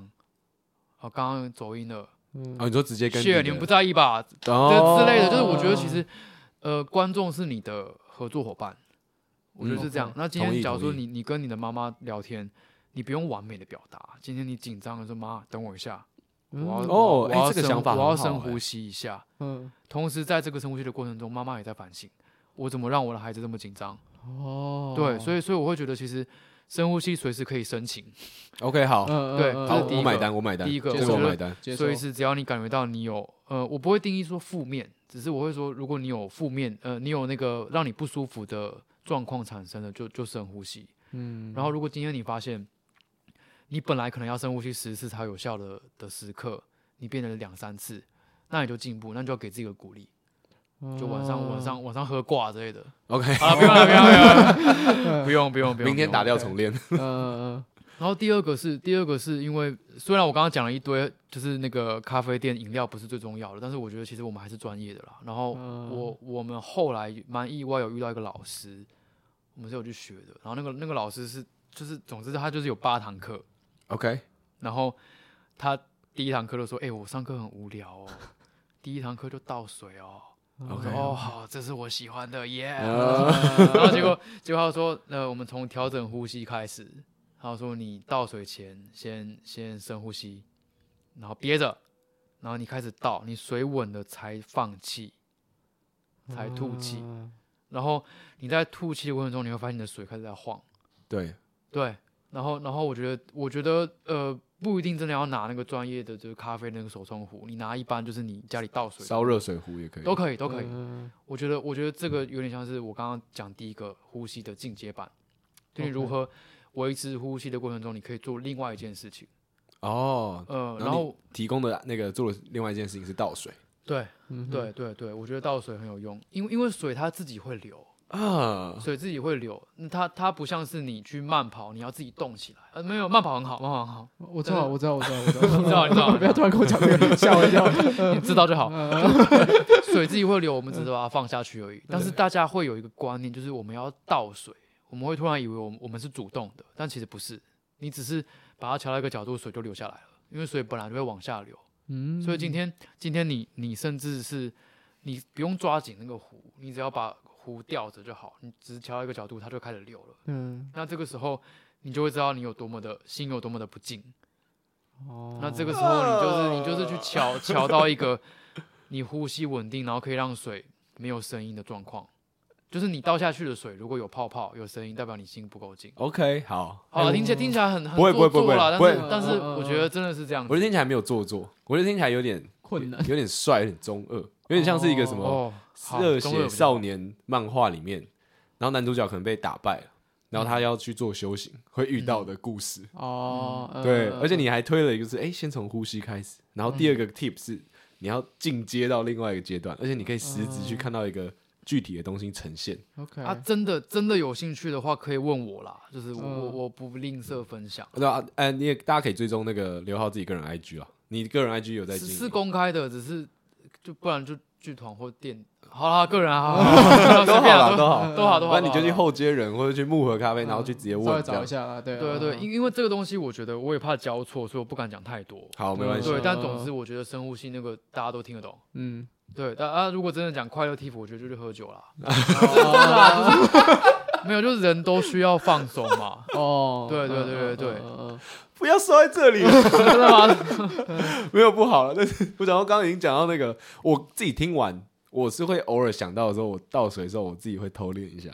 啊，刚刚走音了，
嗯
哦，你说直接跟
谢
的
你们不在意吧？
哦
这之类的，就是我觉得其实呃，观众是你的合作伙伴，我觉得
嗯
是这样
OK。
那今
同意
天假如说
同
你你跟你的妈妈聊天。你不用完美的表达，今天你紧张的说妈，等我一下，
嗯
我要
哦
我
哎
要
这个
深
想法
我
很
要
好
深
哎
呼吸一下。
嗯，
同时，在这个深呼吸的过程中，妈妈也在反省，我怎么让我的孩子这么紧张？
哦，
对，所
以
以所以我会觉得，其实深呼吸随时可以申请。
OK 好，
对
好，
呃这是第一
我
个
买单，我买单，
第一个
这个我
我觉
得
买单，
嗯接受
所以是只要你感觉到你有，呃，我不会定义说负面，只是我会说，如果你有负面，呃，你有那个让你不舒服的状况产生了，就就深呼吸。
嗯，
然后，如果今天你发现你本来可能要深呼吸十次才有效的的时刻，你变成了两三次，那你就进步，那你就要给自己一个鼓励，就晚
嗯
上、晚上晚上喝挂之类的。
OK，
好了，不用了，不用了，不用了，不用，不用，不用。
明天打
掉。
掉重练，
嗯，嗯
然后第二个是，第二个是因为虽然我刚刚讲了一堆，就是那个咖啡店饮料不是最重要的，但是我觉得其实我们还是专业的啦。然后
嗯
我我们后来蛮意外有遇到一个老师，我们是有去学的。然后那个那个老师是就是总之他就是有八堂课，
OK，
然后他第一堂课就说：“哎、我上课很无聊哦，第一堂课就倒水哦。”我说
OK：“
哦，好，这是我喜欢的耶。
呃
然后结果结果他说，呃，我们从调整呼吸开始。他说你倒水前先先深呼吸，然后憋着，然后你开始倒，你水稳了才放气， 才吐气。
嗯
然后你在吐气的过程中，你会发现你的水开始在晃。
对，
对，然后然后我觉得我觉得呃不一定真的要拿那个专业的就是咖啡那个手冲壶，你拿一般就是你家里倒水
烧热水壶也可以，
都可以都可以。
嗯
我觉得，我觉得这个有点像是我刚刚讲第一个呼吸的进阶版，就你
OK
如何维持呼吸的过程中，你可以做另外一件事情。
哦，
呃，
然
然
后
后
提供的那个做的另外一件事情是倒水
对
嗯，
对对对，我觉得倒水很有用，因为因为水它自己会流，
啊，
水自己会流，那它它不像是你去慢跑，你要自己动起来。呃，没有慢跑很好，慢跑很好，
我知道，我知道，我知道，我知道，
你知道你知道
不要突然跟我讲这个，吓我一 跳。
你知道就好。 水自己会流，我们只是把它放下去而已。但是大家会有一个观念，就是我们要倒水，我们会突然以为我们我们是主动的，但其实不是，你只是把它调到一个角度，水就流下来了，因为水本来就会往下流。
嗯，
所以今天今天你你甚至是你不用抓紧那个壶，你只要把壶吊着就好，你只是调到一个角度，它就开始流了。
嗯，
那这个时候你就会知道你有多么的心有多么的不静。
哦，
那这个时候你就是你就是去 瞧瞧到一个你呼吸稳定，然后可以让水没有声音的状况，就是你倒下去的水如果有泡泡有声音，代表你心不够静。
OK，好，
好
哎嗯
了，听起来听起来很很
不会不会
做
不会
作啦，
不会
但是但是我觉得真的是这样子。
我觉得听起来没有做作，我觉得听起来有点
困难，
有点帅，有点中二，有点像是一个什么
哦，好
热
中二
血
比较好
少年漫画里面，然后男主角可能被打败了，然后他要去做修行会遇到的故事。
哦，嗯
对，
嗯
而且你还推了一个是，哎，先从呼吸开始，然后第二个 tip 是你要进阶到另外一个阶段，而且你可以实质
嗯
去看到一个具体的东西呈现。
OK
啊，真的真的有兴趣的话可以问我啦，就是我
嗯
我我不吝啬分享，
对啊，哎，你也大家可以追踪那个刘浩自己个人 IG 啊，你个人 IG 有在
是
经
是
营，
公开的，只是就不然就剧团或店，好啦，个人啊， 好啦
都
随
好
便啊
啦，都好。
都好都
不
好，
然你就去后街人或者去木盒咖啡，然后去直接
稍微
问这
找
样
一。下啦，对嗯
对啊
对
嗯
对，因因为这个东西，我觉得我也怕教错，所以我不敢讲太多。
好，没关
嗯。
系
对，但总之我觉得深呼吸那个大家都听得懂。
嗯，
对，但啊，如果真的讲快乐 t i 我觉得就是喝酒啦。
哦
没有，就是人都需要放松 嘛。
哦，
对对对对对
嗯嗯嗯嗯
不要说在这里了，
真的吗？
没有不好了。但是我讲到刚刚已经讲到那个，我自己听完，我是会偶尔想到的时候，我倒水的时候，我自己会偷练一下。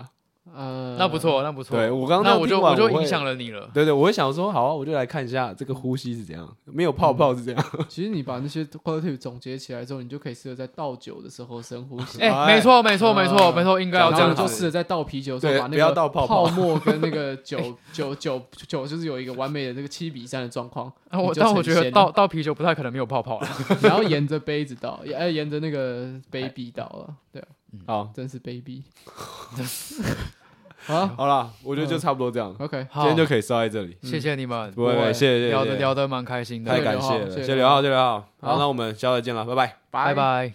呃，
那不，错，那不错。
对我刚刚
那
样
我
听
就
完
就
会
影响了你了。
对对，我会想说，好啊，我就来看一下这个呼吸是怎样，没有泡泡是怎样。
其实你把那些 quality 总结起来之后，你就可以适合在倒酒的时候深呼吸。
哎，没错，没错，没错，
嗯
没错，应该要
啊
然
这
后
样
你就
子。
试着在倒啤酒的时
对
候把那
不要
个
倒泡泡
沫跟那个酒 酒酒酒就是有一个完美的这个七比三的状况。
啊我
你就
但
成
我觉
仙
得
了
倒倒啤酒不太可能没有泡 泡了。
然后沿着杯子倒，也哎沿着那个杯壁倒了，对啊，
嗯
好，
真是卑鄙。 好
好啦，我觉得就差不多这样，
，OK，
今
好
天，就可以烧在这里。
谢谢你们，
不会，
不
不
会
会谢谢，
聊
谢
的
谢
聊的蛮开心的
太，感谢了，
谢谢
谢谢刘浩，谢谢刘浩。
好
好，那我们下次见了，拜拜，
拜。拜。